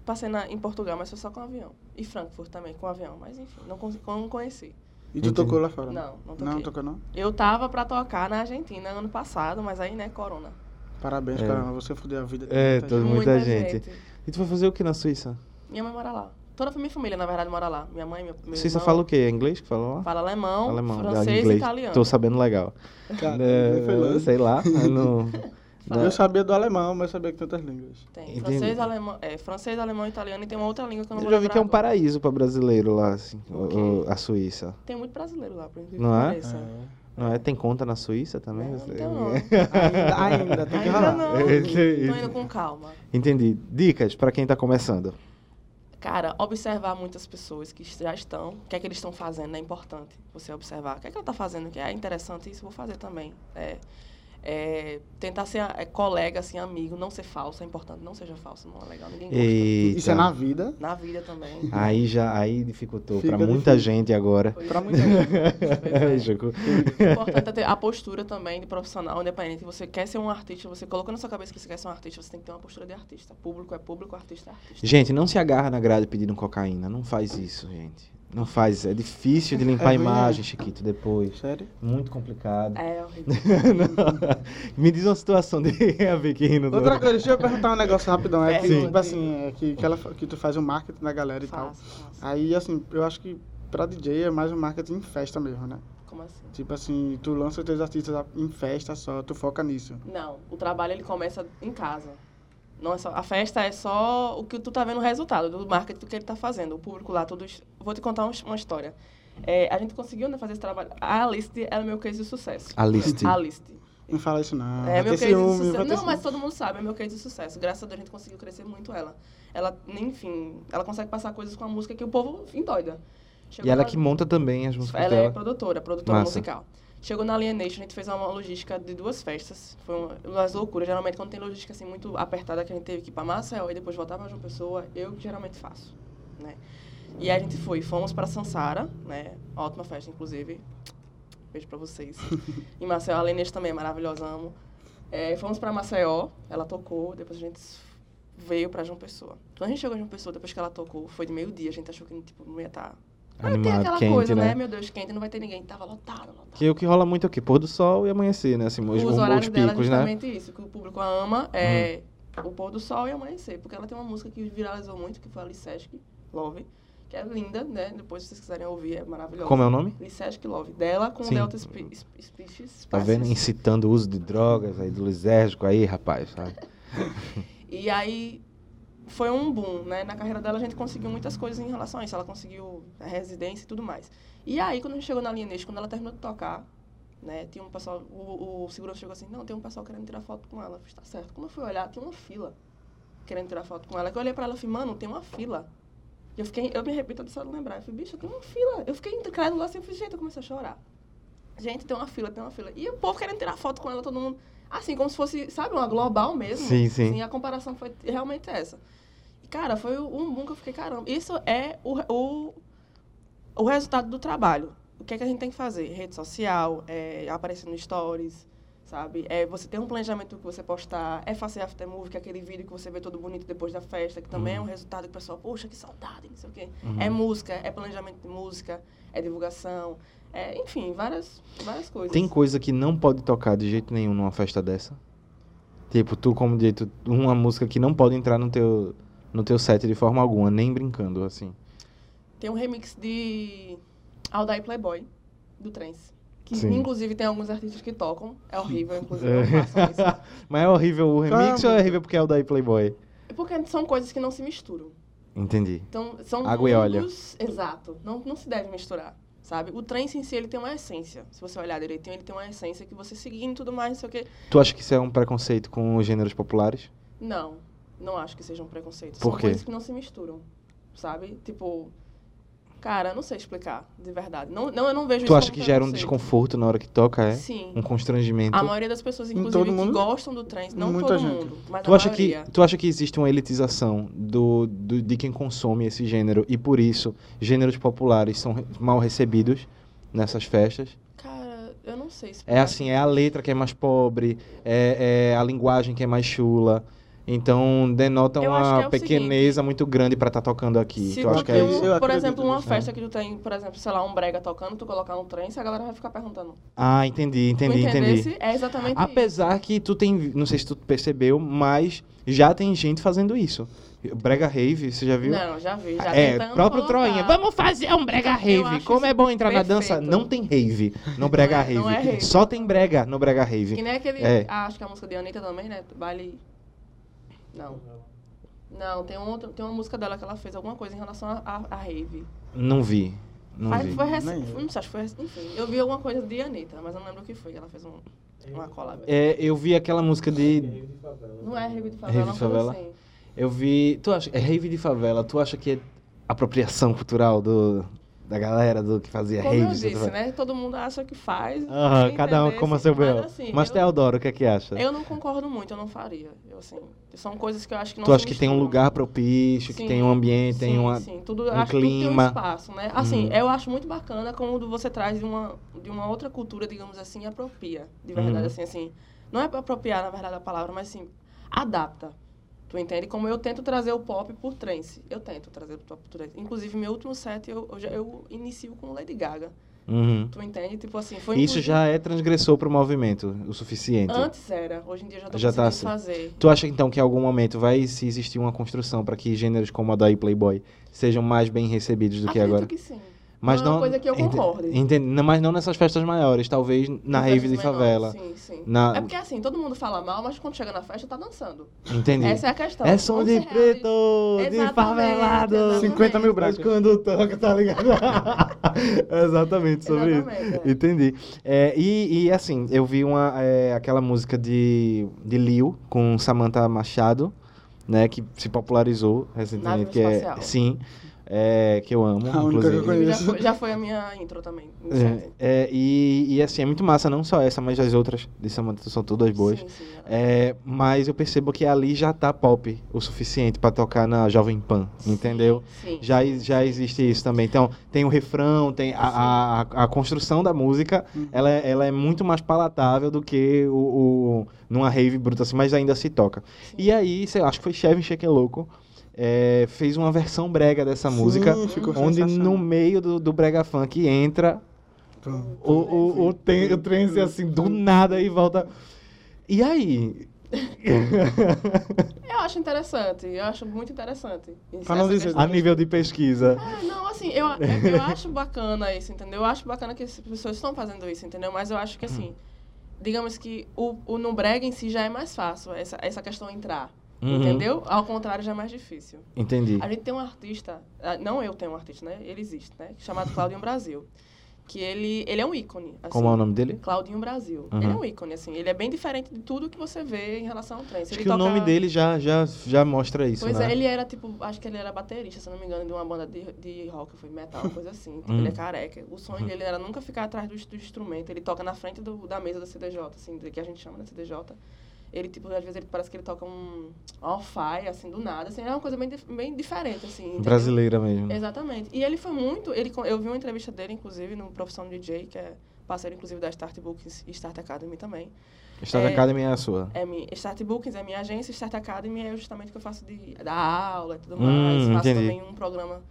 S3: Passei na, em Portugal, mas foi só com avião. E Frankfurt também, com avião. Mas enfim, não, con- não conheci.
S1: E tu
S2: Entendi.
S1: tocou lá fora?
S3: Não, não toquei.
S1: Não tocou não?
S3: Eu tava pra tocar na Argentina ano passado, mas aí, né, corona.
S1: Parabéns,
S2: É.
S1: caramba, você fudeu a vida. de
S2: É,
S1: muita
S2: todo
S1: gente.
S2: mundo- Muita gente. E tu foi fazer o que na Suíça?
S3: Minha mãe mora lá. Toda a minha família, na verdade, mora lá. Minha mãe, meu, meu
S2: Suíça
S3: irmão,
S2: fala o quê? É Inglês que fala lá?
S3: fala alemão,
S2: Alemão,
S3: francês e
S2: inglês.
S3: italiano.
S2: Tô sabendo legal.
S1: Cara,
S2: É,
S1: foi longe. [LAUGHS]
S2: sei lá. eu não-
S1: Eu sabia do alemão, mas sabia que tem outras línguas.
S3: Tem
S2: Entendi.
S3: francês, alemão, é, francês, alemão, italiano e tem uma outra língua que eu não
S2: Eu
S3: vou
S2: já vi
S3: lembrar
S2: que é um
S3: agora.
S2: paraíso pra brasileiro lá, assim, o-
S3: Ok.
S2: o- a Suíça.
S3: Tem muito brasileiro lá, por incrível
S2: Não
S3: que
S2: é?
S3: pareça.
S2: Não é? Tem conta na Suíça também?
S3: Não, então,
S1: Ainda, ainda, tem que É,
S3: ainda
S1: rolar.
S3: não.
S2: Entendi.
S3: Tô indo com calma.
S2: [LAUGHS] Entendi. Dicas pra quem tá começando.
S3: Cara, observar muitas pessoas que já estão, o que é que eles estão fazendo é importante. Você observar o que é que ela está fazendo, que é interessante, isso eu vou fazer também. É, é, tentar ser é, colega, assim, amigo, não ser falso é importante. Não seja falso, não é legal, ninguém gosta.
S2: Eita.
S1: Isso é na vida.
S3: Na vida também.
S1: Ah.
S2: Aí já, aí dificultou
S1: Fica
S2: pra muita
S1: difícil.
S2: gente
S1: [LAUGHS]
S2: agora.
S3: Pois
S1: Pra
S3: é.
S1: muita
S2: né?
S3: [LAUGHS] Pois é.
S2: [LAUGHS] Jogou.
S3: O importante é ter a postura também de profissional, independente. Você quer ser um artista, você colocou na sua cabeça que você quer ser um artista, você tem que ter uma postura de artista. Público é público, artista é artista.
S2: Gente, não se agarra na grade pedindo cocaína. Não faz isso, gente. Não faz. É difícil
S1: [LAUGHS]
S2: de limpar
S1: É
S2: a
S1: ruim,
S2: imagem, Chiquito, depois.
S1: Sério?
S2: Muito complicado.
S3: É horrível.
S2: Não. Me diz uma situação de [LAUGHS] Avequino.
S1: Outra coisa, deixa eu perguntar um negócio rapidão. É que,
S3: Sim.
S1: tipo assim, é que, que, ela, fa- que tu faz o marketing da galera e tal.
S3: Fácil, fácil.
S1: Aí, assim, eu acho que pra DJ é mais um marketing em festa mesmo, né?
S3: Como assim?
S1: Tipo assim, tu lança os teus artistas em festa só, tu foca nisso.
S3: Não, o trabalho ele começa em casa. Não é só, a festa é só o que tu tá vendo o resultado do marketing que ele tá fazendo. O público lá, todos. Vou te contar um- uma história. É, a gente conseguiu né, fazer esse trabalho. A Alice era meu case de sucesso.
S2: Alice.
S3: A Alice.
S1: Não fala isso não.
S3: É
S1: vai
S3: meu
S1: ter
S3: case de
S1: Ah, ciúme,
S3: sucesso.
S1: vai ter
S3: Não, mas
S1: ciúme.
S3: todo mundo sabe, é meu case de sucesso. Graças a Deus a gente conseguiu crescer muito ela. Ela, enfim, ela consegue passar coisas com a música que o povo endoida.
S2: E
S3: Chegou
S2: ela
S3: pra-
S2: que monta também as músicas
S3: ela é
S2: dela.
S3: produtora, produtora
S2: Massa.
S3: musical. Chegou na Alienation, a gente fez uma logística de duas festas. Foi uma- umas loucuras. Geralmente, quando tem logística assim muito apertada, que a gente teve que ir pra Marcel e depois voltar pra João Pessoa, eu que geralmente faço, né? E a gente foi, fomos pra Sansara, né? Uma Ótima festa, inclusive. Beijo pra vocês.
S2: [LAUGHS]
S3: E Marcel, a Alienation também é maravilhosa, amo. É, fomos pra Maceió, ela tocou, depois a gente veio pra João Pessoa. Quando a gente chegou em João Pessoa, depois que ela tocou, foi de meio-dia, a gente achou que tipo, não ia estar Mas tem
S2: Animado,
S3: aquela
S2: quente,
S3: coisa,
S2: né?
S3: né? Meu Deus, quente, não vai ter ninguém. Tava lotado, lotado.
S2: Que o que rola muito é o quê? Pôr do sol e amanhecer, né? Assim, os,
S3: Os
S2: os,
S3: horários dela é
S2: picos, né? Uhum.
S3: justamente isso, que o público a ama é o pôr do sol e amanhecer. Porque ela tem uma música que viralizou muito, que foi a Lissesc Love, que é linda, né? Depois, se vocês quiserem ouvir, é maravilhosa.
S2: Como é o nome?
S3: Lissesc Love, dela com
S2: Sim.
S3: Delta Spe- Spe- Species.
S2: Tá vendo?
S3: Spices.
S2: Incitando o uso de drogas aí, do lisérgico aí, rapaz, sabe?
S3: E aí foi um boom, né? Na carreira dela a gente conseguiu muitas coisas em relação a isso. Ela conseguiu a residência e tudo mais. E aí, quando a gente chegou na linha Neixo, quando ela terminou de tocar, né? Tinha um pessoal, o, o segurança chegou assim, não, tem um pessoal querendo tirar foto com ela. Eu fiz, tá certo. Quando eu fui olhar, tinha uma fila querendo tirar foto com ela. Que eu olhei pra ela e falei, mano, tem uma fila. E eu fiquei, eu me arrependo de só de lembrar. Eu falei, bicho, tem uma fila. Eu fiquei incrédulo assim, eu falei, gente, eu comecei a chorar. Gente, tem uma fila, tem uma fila. E o povo querendo tirar foto com ela, todo mundo. Assim, como se fosse, sabe, uma global mesmo.
S2: Sim, sim.
S3: Assim, a comparação foi realmente essa. E, cara, foi um boom que eu fiquei, caramba. Isso é o, o, o resultado do trabalho. O que é que a gente tem que fazer? Rede social, é, aparecer no stories, sabe? É você ter um planejamento do que você postar, é fazer aftermovie, que é aquele vídeo que você vê todo bonito depois da festa, que também é um
S2: Uhum.
S3: resultado que o pessoal, poxa, que saudade, não sei o quê. É música, é planejamento de música, é divulgação, é, enfim, várias, várias coisas.
S2: Tem coisa que não pode tocar de jeito nenhum numa festa dessa? Tipo, tu como DJ, tu- uma música que não pode entrar no teu, no teu set de forma alguma, nem brincando, assim.
S3: Tem um remix de Aldair Playboy, do Trance. Que,
S2: Sim.
S3: inclusive, tem alguns artistas que tocam.
S2: [LAUGHS]
S3: É horrível, inclusive, não façam isso.
S2: Mas é horrível o remix
S1: Calma.
S2: ou é horrível porque é o daí Playboy?
S3: Porque são coisas que não se misturam.
S2: Entendi.
S3: Então, são
S2: Água e óleo.
S3: mundos- Exato. Não, não se deve misturar, sabe? O trance em si, ele tem uma essência. Se você olhar direitinho, ele tem uma essência que você seguindo e tudo mais, não sei o quê.
S2: Tu acha que isso é um preconceito com os gêneros populares?
S3: Não, não acho que seja um preconceito.
S2: Por
S3: são
S2: quê?
S3: coisas que não se misturam, sabe? Tipo... Cara, não sei explicar, de verdade. Não, não eu não vejo
S2: Tu
S3: isso
S2: acha
S3: como
S2: que gera um
S3: preconceito.
S2: desconforto na hora que toca, é?
S3: Sim.
S2: Um constrangimento?
S3: A maioria das pessoas, inclusive,
S1: todo
S3: que
S1: mundo?
S3: gostam do trance, não
S1: Muita
S3: todo
S1: gente.
S3: mundo, mas
S2: Tu
S3: a
S2: acha, que,
S3: maioria.
S2: tu acha que existe uma elitização do, do- de quem consome esse gênero e por isso gêneros populares são re- mal recebidos nessas festas?
S3: Cara, eu não sei se...
S2: É assim, é a letra que é mais pobre, é, é a linguagem que é mais chula. Então denota
S3: Eu acho que
S2: uma
S3: é o
S2: pequeneza muito grande pra estar tocando aqui.
S3: Se
S2: tu acha
S3: tu
S2: que
S3: tem,
S2: é
S1: um-
S2: isso?
S1: Eu
S3: por
S1: acredito
S3: exemplo, uma
S1: nisso,
S3: festa que tu tem, por exemplo, sei lá, um brega tocando, tu colocar um trance, a galera vai ficar perguntando.
S2: Ah, entendi,
S3: Tu
S2: entendi, entendi. Ah,
S3: entendesse? É exatamente isso.
S2: Apesar que tu tem, não sei se tu percebeu, mas já tem gente fazendo isso. Brega Rave, você já viu?
S3: Não, já vi, já
S2: é,
S3: tentando
S2: próprio
S3: colocar.
S2: Troinha. Vamos fazer um brega
S3: Eu
S2: rave.
S3: acho
S2: Como é
S3: isso
S2: bom entrar na dança?
S3: perfeito.
S2: Não tem rave no brega
S3: Não é- não
S2: rave.
S3: é rave.
S2: Só tem brega no brega rave.
S3: Que nem aquele...
S2: É.
S3: ah, acho que é a música de Anitta também, né? Baile... Não. Não, tem, um outro, tem uma música dela que ela fez alguma coisa em relação a, a, a rave.
S2: Não vi. Não
S3: Aí
S2: vi.
S3: foi recente.
S1: Nem eu.
S3: Não sei, acho que foi recente. Enfim, eu vi alguma coisa de Anitta, mas eu não lembro o que foi. que Ela fez um, uma collab.
S2: É, eu vi aquela música de.
S3: Não é rave
S2: Rave
S3: de favela,
S2: de
S3: não
S2: favela?
S3: Assim.
S2: Eu vi. Tu acha. É rave de favela. Tu acha que é apropriação cultural do, da galera do que fazia
S3: Como
S2: rave?
S3: eu
S2: Você
S3: disse,
S2: vai-
S3: né? Todo mundo acha que faz.
S2: É Aham,
S3: sem
S2: cada um
S3: entender,
S2: como
S3: assim,
S2: seu belo.
S3: Mas, assim,
S2: Mas
S3: eu,
S2: Teodoro, o que é que acha?
S3: eu não concordo muito, eu não faria. Eu, assim, são coisas que eu acho que não
S2: tu
S3: se
S2: acha que tem um
S3: misturam.
S2: lugar propício, que
S3: Sim.
S2: tem um ambiente, tem
S3: sim,
S2: uma.
S3: sim, tudo,
S2: um
S3: acho que tudo tem
S2: clima.
S3: um espaço, né? Assim,
S2: Uhum.
S3: eu acho muito bacana quando você traz de uma, de uma outra cultura, digamos assim, e apropria, de verdade,
S2: Uhum.
S3: assim, assim. Não é apropriar, na verdade, a palavra, mas assim, adapta. Tu entende? Como eu tento trazer o pop por trance. Eu tento trazer o pop por trance. Inclusive, meu último set, eu, eu, já- eu inicio com Lady Gaga.
S2: Uhum.
S3: Tu entende? Tipo assim, foi
S2: Isso
S3: inclusive-
S2: já é transgressor pro movimento o suficiente.
S3: Antes era, hoje em dia eu já tô
S2: Já
S3: já
S2: tá
S3: conseguindo
S2: assim.
S3: fazer.
S2: Tu acha então que em algum momento vai se existir uma construção para que gêneros como a Daí Playboy sejam mais bem recebidos do que
S3: Acredito
S2: agora?
S3: que sim.
S2: Mas
S3: não é uma coisa que eu
S2: ente-
S3: concorde.
S2: entende- não- mas não nessas festas maiores, talvez na
S3: Em
S2: rave de
S3: festas menores,
S2: favela.
S3: Sim, sim.
S2: Na-
S3: É porque assim, todo mundo fala mal, mas quando chega na festa, tá dançando.
S2: Entendi.
S3: Essa é a questão.
S2: É som
S3: Quando
S2: de
S3: você realiza-
S2: preto, de
S3: Exatamente,
S2: favelado.
S3: exatamente.
S1: 50 mil
S2: Mas
S1: brancos.
S2: quando toca, tá ligado? [LAUGHS] exatamente, sobre isso.
S3: Exatamente, é.
S2: Entendi. É, e, e, assim, eu vi uma, é, aquela música de, de Lil com Samantha Machado, né? Que se popularizou recentemente. Que é,
S3: espacial.
S2: sim. é, que eu amo,
S1: Ah, A única que eu
S2: inclusive.
S1: conheço.
S3: Já foi, já foi a minha intro também. no set.
S2: É, é, e, e assim, é muito massa, não só essa, mas as outras de Samantha são todas boas.
S3: Sim, sim, ela-
S2: É, mas eu percebo que ali já tá pop o suficiente pra tocar na Jovem Pan, entendeu?
S3: Sim.
S2: Já, e- já existe isso também. Então, tem o refrão, tem a, a, a- a construção da música,
S1: Uhum.
S2: ela, é- ela é muito mais palatável do que o, o- numa rave bruta, assim, mas ainda se toca.
S3: Sim.
S2: E aí, sei lá, acho que foi Chevy Cheque Louco é, fez uma versão brega dessa
S1: Sim,
S2: música,
S1: ficou
S2: onde
S1: sensacional.
S2: no meio do, do brega funk entra
S1: Pronto.
S2: o, o, o, ten- o trance assim, do nada e volta. E aí?
S1: [LAUGHS]
S3: Eu acho interessante, eu acho muito interessante. Isso,
S1: Pra não
S3: essa
S1: dizer-
S3: questão-
S2: A nível de pesquisa.
S3: É, não, assim, eu, é, eu acho bacana isso, entendeu? Eu acho bacana que as pessoas estão fazendo isso, entendeu? Mas eu acho que, assim, digamos que o, o no brega em si já é mais fácil, essa, essa questão entrar,
S2: Uhum.
S3: entendeu? Ao contrário, já é mais difícil.
S2: Entendi.
S3: A gente tem um artista, ah, não eu tenho um artista, né? Ele existe, né? Chamado Claudinho Brasil. Que ele, ele é um ícone. Assim,
S2: Como é o nome dele?
S3: Claudinho Brasil.
S2: Uhum.
S3: Ele é um ícone, assim. Ele é bem diferente de tudo que você vê em relação ao trance.
S2: Acho
S3: Ele
S2: que o
S3: toca-
S2: nome dele já, já, já mostra isso,
S3: Pois
S2: né?
S3: é, ele era tipo, acho que ele era baterista, se eu não me engano, de uma banda de, de rock, foi
S2: [LAUGHS]
S3: metal, coisa assim. Tipo,
S2: Hum.
S3: Ele é careca. O sonho dele era nunca ficar atrás do, do instrumento. Ele toca na frente do- da mesa da CDJ, assim, do que a gente chama da CDJ. Ele, tipo, às vezes ele parece que ele toca um uma alfaia, assim, do nada. Assim, é uma coisa bem, dif- bem diferente, assim. entendeu?
S2: Brasileira mesmo. né?
S3: Exatamente. E ele foi muito. Ele, co- eu vi uma entrevista dele, inclusive, no Profissão DJ, que é parceiro, inclusive, da Start Bookings e Start Academy também.
S2: Star
S3: É.
S2: Academy é a sua.
S3: É mi- Start Bookings é minha agência, Start Academy é justamente o que eu faço de da aula e tudo
S2: Hum,
S3: mais. faço
S2: entendi.
S3: também um programa,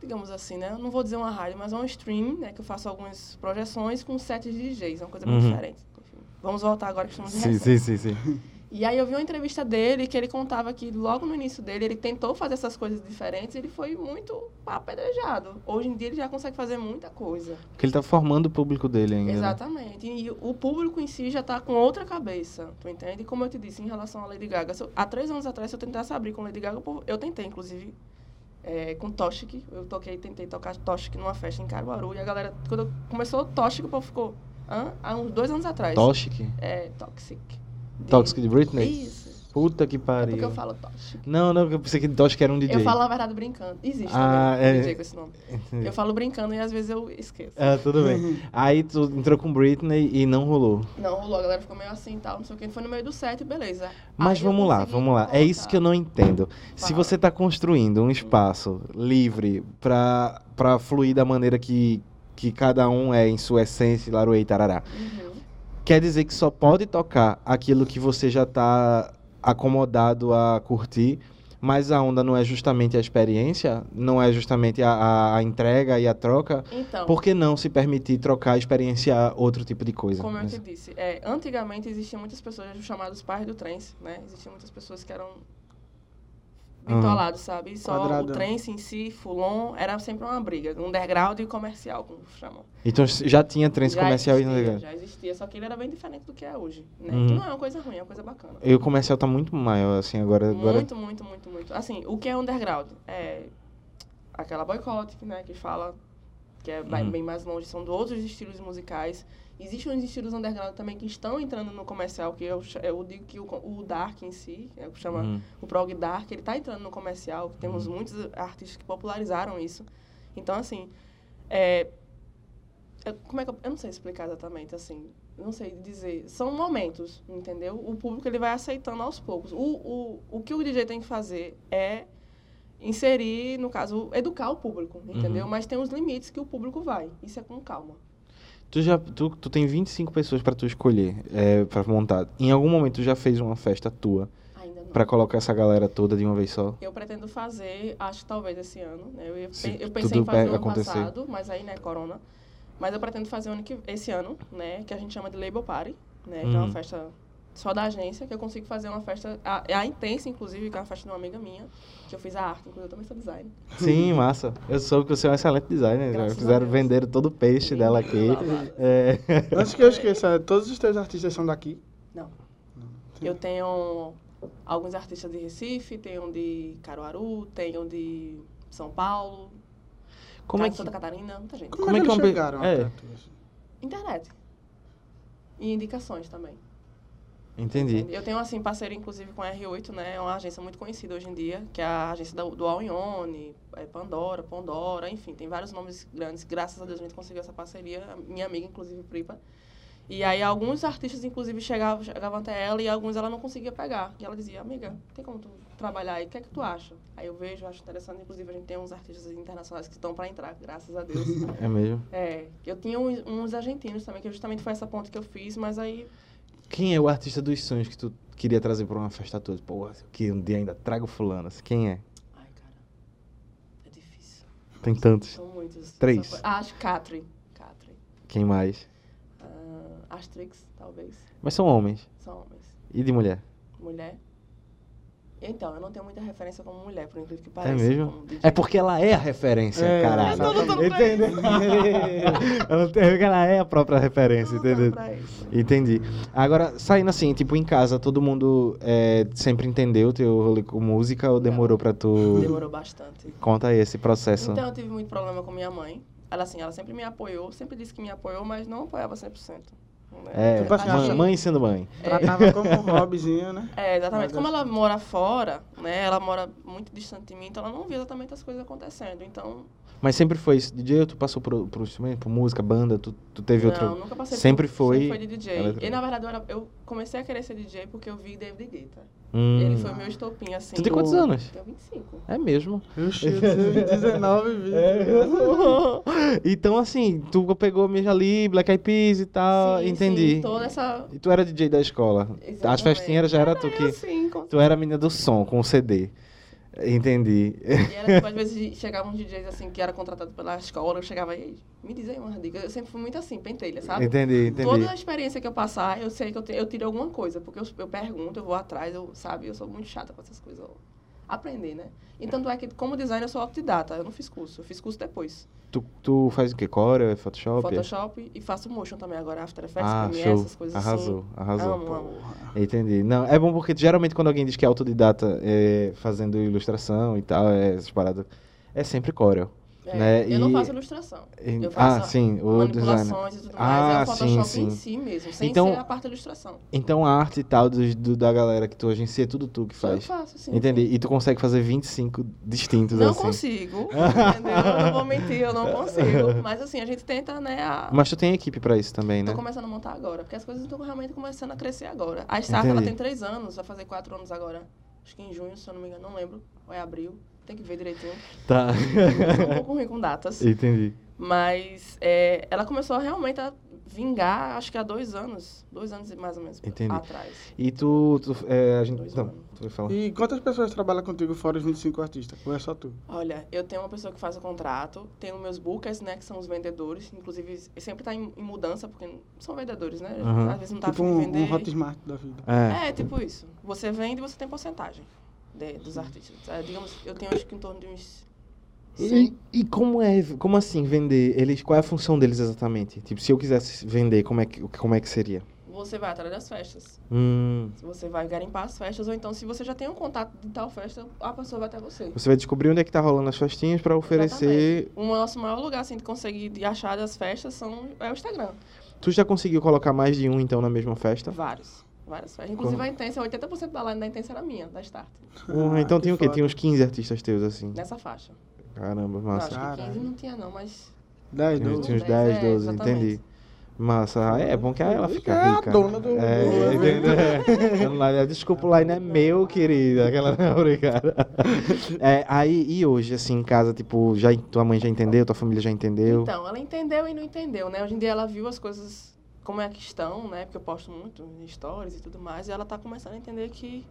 S3: digamos assim, né? Eu Não vou dizer uma rádio, mas é um stream, né? Que eu faço algumas projeções com sets de DJs, é uma coisa muito
S2: Uhum.
S3: diferente. Enfim, vamos voltar agora que estamos em
S2: Sim,
S3: recesso.
S2: sim, sim, sim.
S3: E aí eu vi uma entrevista dele que ele contava que logo no início dele ele tentou fazer essas coisas diferentes e ele foi muito apedrejado. Hoje em dia ele já consegue fazer muita coisa.
S2: Porque ele tá formando o público dele ainda. né?
S3: Exatamente. E o público em si já tá com outra cabeça, tu entende? Como eu te disse, em relação à Lady Gaga, se eu- há três anos atrás, se eu tentasse abrir com Lady Gaga, o povo- eu tentei, inclusive, é, com Toxic. Eu toquei, tentei tocar Toxic numa festa em Caruaru e a galera, quando começou Toxic, o povo ficou... Hã? Há uns dois anos atrás.
S2: Toxic?
S3: É, Toxic. De-
S2: Toxic de Britney?
S3: Isso.
S2: Puta que
S3: É
S2: pariu.
S3: porque eu falo Toxic.
S2: Não, não, eu pensei que Toxic era um DJ.
S3: Eu falo a verdade brincando. Existe
S2: Ah,
S3: também
S2: é.
S3: DJ com esse nome.
S2: Entendi.
S3: Eu falo brincando e às vezes eu esqueço.
S2: Ah, tudo bem.
S3: assim.
S2: [LAUGHS] Aí tu entrou com Britney e não rolou.
S3: Não, rolou, a galera ficou meio assim e tal, não sei o que. Foi no meio do set, beleza.
S2: Mas
S3: Aí Ah, eu
S2: vamos lá,
S3: consegui
S2: vamos lá. É isso que eu não entendo. Se
S3: Fala.
S2: você está construindo um espaço livre para pra fluir da maneira que, que cada um é em sua essência, laruei tarará,
S3: Uhum.
S2: quer dizer que só pode tocar aquilo que você já está acomodado a curtir, mas a onda não é justamente a experiência, não é justamente a, a- a entrega e a troca.
S3: Então,
S2: Por que não se permitir trocar, experienciar outro tipo de coisa?
S3: como eu te disse, é, antigamente existiam muitas pessoas chamadas pais do trance, né? Existiam muitas pessoas que eram bitolados,
S2: Ah.
S3: sabe? E só
S1: Quadradão.
S3: o trance em si, fulon, era sempre uma briga. um Underground e comercial, como chamam.
S2: Então já tinha trens
S3: Já
S2: comercial e
S3: existia,
S2: não
S3: Já existia, só que ele era bem diferente do que é hoje, né?
S2: Uhum.
S3: Que não é uma coisa ruim, é uma coisa bacana.
S2: E o comercial tá muito maior, assim, agora. agora...
S3: Muito, muito, muito, muito. Assim, o que é underground? É aquela boicote, né, que fala que é vai
S2: Uhum.
S3: bem mais longe, são de outros estilos musicais. Existem uns estilos underground também que estão entrando no comercial, que eu, cha- eu digo que o, co- o dark em si, é o que chama
S2: Uhum.
S3: o prog dark, ele tá entrando no comercial, temos muitos artistas que popularizaram isso. Então, assim, é, é- como é que eu, eu não sei explicar exatamente, assim, eu não sei dizer. São momentos, entendeu? O público ele vai aceitando aos poucos. O, o, o que o DJ tem que fazer é inserir, no caso, educar o público, entendeu? Mas tem os limites que o público vai. Isso é com calma.
S2: Tu já tu, tu tem 25 pessoas pra tu escolher, é, para montar. Em algum momento tu já fez uma festa tua
S3: Ainda não.
S2: pra colocar essa galera toda de uma vez só?
S3: Eu pretendo fazer, acho que talvez esse ano. né? Eu, ia-
S2: Se
S3: eu pensei
S2: tudo
S3: em fazer
S2: vai
S3: ano
S2: acontecer.
S3: passado, mas aí, né, corona. Mas eu pretendo fazer ano que, esse ano, né, que a gente chama de Label Party, né, que é
S2: Uhum.
S3: uma festa só da agência, que eu consigo fazer uma festa, a, é a Intensa, inclusive, que é uma festa de uma amiga minha, que eu fiz a arte, inclusive eu também sou design.
S2: [LAUGHS] Sim, massa. Eu soube que você é um excelente designer.
S3: Graças a
S2: Fizeram
S3: Deus.
S2: vender todo o peixe dela aqui.
S3: [LAUGHS]
S2: É,
S1: [LAUGHS] Antes que eu esqueça, todos os teus artistas são daqui.
S3: Eu tenho alguns artistas de Recife, tenho um de Caruaru, tenho um de São Paulo,
S2: como é
S3: de
S2: que
S3: Santa Catarina, muita gente.
S1: Como,
S2: Como é
S1: é que
S2: que
S1: eles
S2: uma pe-
S1: chegaram
S2: é.
S1: até tu, assim?
S3: Internet. E indicações também.
S2: Entendi.
S3: Eu tenho, assim, parceiro, inclusive, com a R8, né? É uma agência muito conhecida hoje em dia, que é a agência do, do All In On, é Pandora, Pandora, enfim, tem vários nomes grandes. Graças a Deus a gente conseguiu essa parceria, a minha amiga, inclusive, Pripa. E aí alguns artistas, inclusive, chegavam, chegavam até ela e alguns ela não conseguia pegar. E ela dizia, amiga, tem como tu trabalhar aí? O que é que tu acha? Aí eu vejo, acho interessante. Inclusive, a gente tem uns artistas internacionais que estão para entrar, graças a Deus.
S2: É mesmo.
S3: é, eu tinha uns, uns argentinos também, que justamente foi essa ponte que eu fiz, mas aí
S2: Quem é o artista dos sonhos que tu queria trazer pra uma festa toda. Pô, que um dia ainda trago fulano. assim, Quem é?
S3: Ai, cara. É difícil.
S2: Tem tantos.
S3: São muitos.
S2: Três.
S3: Só foi- Ah, acho Catherine. Catherine.
S2: Quem mais?
S3: Ah, Asterix, talvez.
S2: Mas são homens.
S3: São homens.
S2: E de mulher?
S3: Mulher. Então, eu não tenho muita referência como mulher, por incrível que pareça.
S2: mesmo?
S3: como DJ.
S2: É porque ela é a referência,
S1: É,
S2: caralho.
S1: eu tô lutando
S3: pra
S2: Entendeu? [LAUGHS] ela, tem- ela é a própria referência,
S3: Não,
S2: entendeu?
S3: tá pra isso.
S2: Entendi. Agora, saindo assim, tipo, em casa, todo mundo é, sempre entendeu teu rolê com música ou demorou pra tu.
S3: Demorou bastante.
S2: Conta aí esse processo.
S3: Então, eu tive muito problema com minha mãe. Ela, assim, ela sempre me apoiou, sempre disse que me apoiou, mas não apoiava 100%. né?
S2: é,
S1: Tipo assim,
S3: Acho
S2: mãe,
S3: que-
S2: mãe sendo mãe.
S1: [LAUGHS] Tratava como um hobbyzinho, né?
S3: É, exatamente.
S1: Mas
S3: Como
S1: acho
S3: ela mora fora, né? Ela mora muito distante de mim, então ela não vê exatamente as coisas acontecendo. Então,
S2: Mas sempre foi isso. DJ, tu passou pro, pro instrumento, por música, banda, tu, tu teve
S3: não,
S2: outro.
S3: nunca passei
S2: sempre
S3: por-
S2: foi é
S3: Sempre foi de DJ.
S2: eletrônico.
S3: E, na verdade, eu, era- eu comecei a querer ser DJ porque eu vi David Guetta.
S2: Hum.
S3: Ele foi o meu estopim, assim.
S2: Tu tem quantos
S3: do-
S2: anos?
S3: Tenho 25.
S2: É mesmo. [LAUGHS]
S1: Eu chego de 19 e 20.
S2: então, assim, tu pegou Mija Lee, Black Eyed Peas e tal,
S3: Sim,
S2: Ah, entendi.
S3: Sim, toda essa...
S2: E tu era DJ da escola. As
S3: Exatamente.
S2: festinhas já era tu que.
S3: Eu, sim, com...
S2: Tu era a menina do som, com o CD. Entendi.
S3: E era, tipo, às vezes chegavam DJs, assim, que era contratado pela escola, eu chegava e aí, me diz aí umas dicas. Eu sempre fui muito assim, pentelha, sabe?
S2: [LAUGHS] Entendi, entendi.
S3: Toda a experiência que eu passar, eu sei que eu, te- eu tiro alguma coisa, porque eu, eu pergunto, eu vou atrás, eu, sabe? Eu sou muito chata com essas coisas. eu- Aprender, né? E tanto é que, como designer, eu sou autodidata. Eu não fiz curso, eu fiz curso depois.
S2: Tu, tu faz o quê? Corel, Photoshop?
S3: Photoshop e faço motion também agora, After Effects,
S2: ah,
S3: Premiere,
S2: show.
S3: essas coisas
S2: Arrasou,
S3: assim.
S2: arrasou.
S3: Amo, amo.
S1: Porra.
S2: Entendi. Não, é bom porque geralmente quando alguém diz que é autodidata é, fazendo ilustração e tal, é, essas paradas, é sempre Corel.
S3: É,
S2: Né,
S3: Eu não
S2: e-
S3: faço ilustração.
S2: E-
S3: Eu faço
S2: ah, sim, o design.
S3: manipulações e tudo
S2: Ah,
S3: mais. É o
S2: sim,
S3: Photoshop
S2: sim.
S3: em si mesmo, sem
S2: Então-
S3: ser a parte da ilustração.
S2: Então a arte e tal dos- do, da galera que tu agencia é tudo tu que
S3: Eu
S2: faz.
S3: faço, sim.
S2: Entendi. E tu consegue fazer 25 distintos
S3: Não
S2: assim. [LAUGHS]
S3: consigo, entendeu? Eu não vou mentir, eu não consigo. Mas assim, a gente tenta, né, a-
S2: Mas tu tem equipe pra isso também, né?
S3: Tô começando a montar agora, porque as coisas estão realmente começando a crescer agora. A Stark, ela
S2: Entendi.
S3: tem três anos, vai fazer quatro anos agora. Acho que em junho, se eu não me engano, não lembro. Ou é abril, tem que ver direitinho. [LAUGHS]
S2: Tá. [LAUGHS]
S3: Eu sou um pouco ruim com datas.
S2: Entendi.
S3: Mas é, ela começou realmente a vingar, acho que há dois anos. Dois anos e mais ou menos
S2: Entendi.
S3: atrás.
S2: E tu, tu é, a gente
S3: Dois
S2: não,
S3: anos.
S2: tu vai falar.
S1: E quantas pessoas trabalham contigo fora os 25 artistas? Ou é só tu?
S3: Olha, eu tenho uma pessoa que faz o contrato, tenho meus bookers, né, que são os vendedores. Inclusive, sempre tá em, em mudança, porque são vendedores, né?
S2: Aham.
S3: Às vezes não tá
S1: tipo
S3: afim de
S1: um,
S3: vender.
S1: um Hotmart da vida.
S2: É.
S3: É, tipo isso. Você vende e você tem porcentagem de- dos artistas. É, digamos, eu tenho acho que em torno de uns.
S2: E,
S3: Sim.
S2: e como é, como assim vender? Eles, qual é a função deles exatamente? Tipo, se eu quisesse vender, como é que, como é que seria?
S3: Você vai atrás das festas.
S2: Hum,
S3: Você vai garimpar as festas, ou então, se você já tem um contato de tal festa, a pessoa vai até você.
S2: você vai descobrir onde é que tá rolando as festinhas pra oferecer.
S3: O nosso maior lugar, assim, de conseguir de achar das festas são, é o Instagram.
S2: Tu já conseguiu colocar mais de um então na mesma festa?
S3: Vários. Várias festas. Inclusive
S2: Como?
S3: a Intensa, 80% da line da Intensa era minha, da Start.
S2: Porra, então
S1: Ah, que
S2: tem o quê?
S1: foda.
S2: Tem uns 15 artistas teus assim.
S3: Nessa faixa.
S2: Caramba,
S3: Não,
S2: massa.
S3: acho que
S1: Caralho.
S3: 15 não tinha, não, mas.
S1: 10,
S2: Tinha,
S1: 12.
S2: tinha uns
S3: uns
S2: 10,
S3: dez,
S2: 12,
S3: é,
S2: entendi.
S3: exatamente.
S2: Massa, Ah, é bom que ela fica
S1: É a
S2: rica.
S1: dona do-
S2: É,
S1: do-
S2: [LAUGHS] entendeu? Lá, Desculpa, o line é meu, querida. Aquela [LAUGHS] não, obrigada. É, aí, e hoje, assim, em casa, tipo, já, tua mãe já entendeu, tua família já entendeu.
S3: Então, ela entendeu e não entendeu, né? Hoje em dia ela viu as coisas como é que estão, né? Porque eu posto muito em stories e tudo mais, e ela tá começando a entender que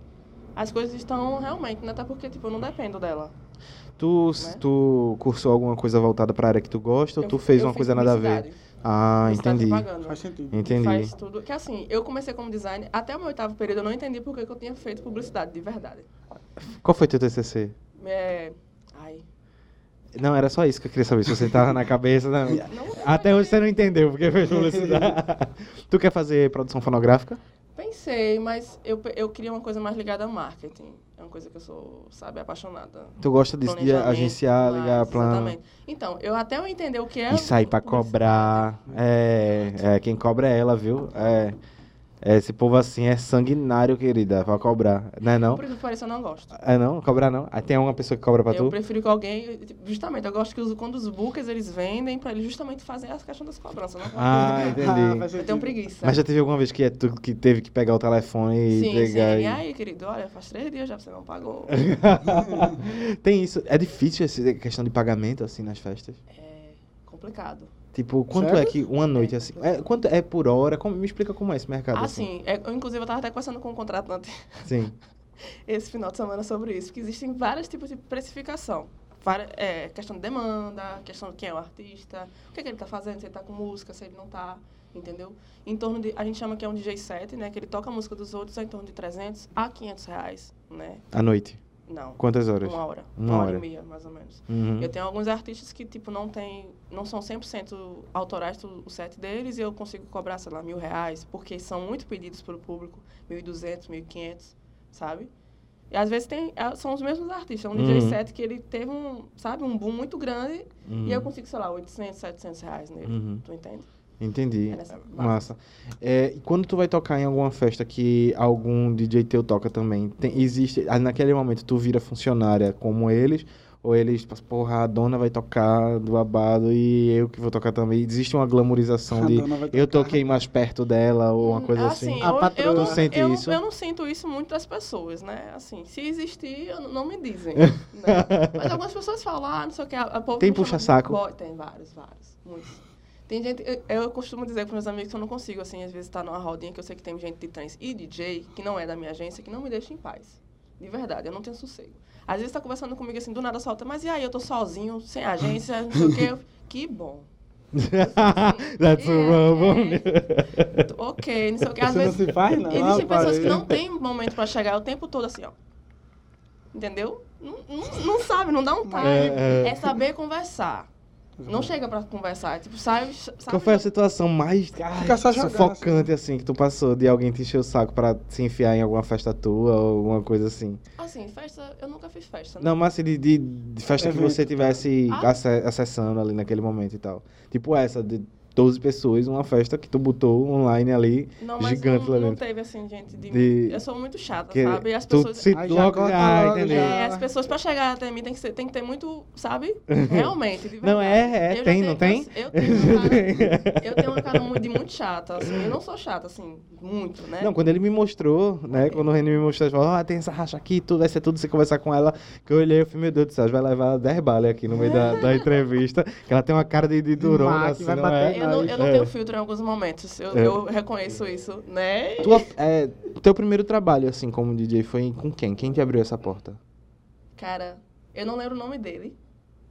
S3: as coisas estão realmente, né? Até porque, tipo, eu não dependo dela.
S2: Tu,
S3: né?
S2: tu cursou alguma coisa voltada pra área que tu gosta ou
S3: Eu-
S2: Então, tu fez
S3: eu
S2: uma
S3: fiz
S2: coisa nada a ver?
S3: publicidade,
S2: Ah,
S3: publicidade e
S2: entendi.
S3: propaganda,
S1: Faz sentido.
S3: que
S2: Entendi.
S3: Faz tudo. Que assim, eu comecei como design, até o meu oitavo período eu não entendi porque que eu tinha feito publicidade, de verdade.
S2: Qual foi teu TCC?
S3: É... Ai...
S2: Não, era só isso que eu queria saber. Se você tava na cabeça. Não.
S3: Não, é
S2: Até hoje você não entendeu porque fez publicidade. tu quer fazer produção fonográfica?
S3: Pensei, mas eu, pe- eu queria uma coisa mais ligada a marketing. É uma coisa que eu sou, sabe, apaixonada.
S2: Tu gosta disso de
S3: Planejamento,
S2: agenciar,
S3: tudo
S2: ligar
S3: mais,
S2: plano
S3: Exatamente. Então, eu até eu entender o que é.
S2: e sair pra
S3: publicidade.
S2: cobrar. É, é, quem cobra é ela, viu? É, é, esse povo assim é sanguinário, querida, pra cobrar. Não é não?
S3: Por isso que parece eu não gosto.
S2: É não? Cobrar não? Aí tem uma pessoa que cobra pra
S3: eu
S2: tu?
S3: prefiro que alguém. Justamente, eu gosto que os- quando os bookers eles vendem, pra eles justamente fazerem a questão das cobranças. Não
S2: Ah, entendi.
S1: faz
S3: eu
S1: sentido.
S3: tenho preguiça.
S2: Mas já teve alguma vez que é tu que teve que pegar o telefone e
S3: Sim, sim.
S2: pegar.
S3: E
S2: e-
S3: aí, querido, olha, faz três dias já que você
S2: [LAUGHS]
S3: não pagou.
S2: tem isso. É difícil essa questão de pagamento assim nas festas.
S3: É complicado.
S2: Tipo, quanto
S1: Sério?
S2: é que uma noite assim? É, quanto é por hora? Como, me explica como é esse mercado
S3: Ah, sim. É, eu, inclusive, eu estava até conversando com um contratante
S2: Sim.
S3: esse final de semana sobre isso, porque existem vários tipos de precificação. Vari- é, questão de demanda, questão de quem é o artista, o que, é que ele está fazendo, se ele está com música, se ele não está, entendeu? Em torno de, a gente chama que é um DJ set, né, que ele toca a música dos outros, é em torno de 300 a 500 reais, né?
S2: À noite.
S3: Não,
S2: Quantas horas?
S3: uma hora,
S2: Uma
S3: uma, hora.
S2: hora.
S3: e meia, mais ou menos.
S2: Uhum.
S3: Eu tenho alguns artistas que, tipo, não tem, não são 100% autorais do- o set deles e eu consigo cobrar, sei lá, mil reais, porque são muito pedidos pelo público, 1.200, 1.500, sabe? E às vezes tem, é, são os mesmos artistas, é um
S2: Uhum.
S3: DJ set que ele teve um, sabe, um boom muito grande
S2: Uhum.
S3: e eu consigo, sei lá, 800, 700 reais nele,
S2: Uhum.
S3: tu entende?
S2: Entendi.
S3: É nessa base.
S2: Massa. É, e quando tu vai tocar em alguma festa que algum DJ teu toca também, tem- existe. ah, Naquele momento tu vira funcionária como eles, ou eles, tipo, porra, a dona vai tocar do babado e eu que vou tocar também. Existe uma glamorização de
S1: dona Então vai
S2: eu
S1: tocar.
S2: toquei mais perto dela ou uma
S3: Hum,
S2: coisa
S3: assim,
S2: assim.
S1: A
S3: eu,
S1: patroa.
S3: eu, não-
S1: Tu
S2: sente
S3: eu,
S2: isso? [LAUGHS]
S3: eu não sinto isso muito das pessoas, né? Assim, se existir, eu n- não me dizem. né? Mas algumas pessoas falam, ah, não sei o que. A, a povo
S2: Tem
S3: me chama
S2: puxa-saco?
S3: de boy. Tem vários, vários. Muitos. Tem gente. Eu, eu costumo dizer para meus amigos que eu não consigo, assim, às vezes estar numa rodinha que eu sei que tem gente de trans e DJ, que não é da minha agência, que não me deixa em paz. De verdade, eu não tenho sossego. Às vezes tá conversando comigo assim, do nada solta, mas e aí, eu tô sozinho, sem agência, não sei o quê. Eu- Que bom.
S2: That's a rumble.
S3: É, é. ok, não sei o que. Às
S1: Você não
S3: vezes
S1: se faz, não.
S3: Existem
S1: rapaz.
S3: pessoas que não têm momento pra chegar o tempo todo assim, ó. Entendeu? Não, não, não sabe, não dá um time.
S2: É, é.
S3: É, saber conversar. Não chega pra conversar. é Tipo, sabe. sabe
S2: Qual foi a situação mais ai,
S1: Fica só jogando,
S2: sufocante, assim, que tu passou de alguém te encher o saco pra se enfiar em alguma festa tua ou alguma coisa assim?
S3: Assim, festa. Eu nunca fiz festa. né?
S2: Não, mas assim, de, de- de festa que
S1: Evento,
S2: você
S1: tá.
S2: tivesse
S3: Ah.
S2: ace- acessando ali naquele momento e tal. Tipo essa, de 12 pessoas, uma festa que tu botou online ali.
S3: né? Não, mas
S2: gigante lá
S3: não, não
S2: dentro.
S3: teve assim, gente. De...
S2: De-
S3: Eu sou muito chata,
S2: Que
S3: sabe? E as
S2: tu
S3: pessoas.
S2: se
S1: Aí já
S2: toca.
S1: corta
S2: Ah,
S1: logo,
S2: entendi.
S1: já.
S3: É, as pessoas pra chegar até mim tem que, ser, tem que ter muito,
S2: [LAUGHS]
S3: sabe? Realmente. de
S2: Não, é,
S3: verdade.
S2: é,
S3: Eu já
S2: tem,
S3: tenho-
S2: não tem?
S3: Eu, eu tenho uma
S2: [LAUGHS]
S3: cara, eu tenho uma cara muito, de muito chata, assim. Eu não sou chata, assim, muito, né?
S2: Não, quando ele me mostrou, né? Quando o Renan me mostrou, ele falou, ah, tem essa racha aqui, tudo, vai ser tudo, você conversar com ela. Que eu olhei, eu falei, meu Deus do céu, vai levar 10 balas aqui no meio da,
S3: [LAUGHS]
S2: da entrevista. Que ela tem uma cara de, de durona,
S1: maca,
S2: assim,
S1: vai
S2: não
S1: bater
S2: é?
S3: Eu não, eu não
S2: É.
S3: tenho filtro em alguns momentos, eu,
S2: É.
S3: eu reconheço isso, né?
S2: Tua, é, teu primeiro trabalho, assim, como DJ, foi com quem? Quem te abriu essa porta?
S3: Cara, eu não lembro o nome dele,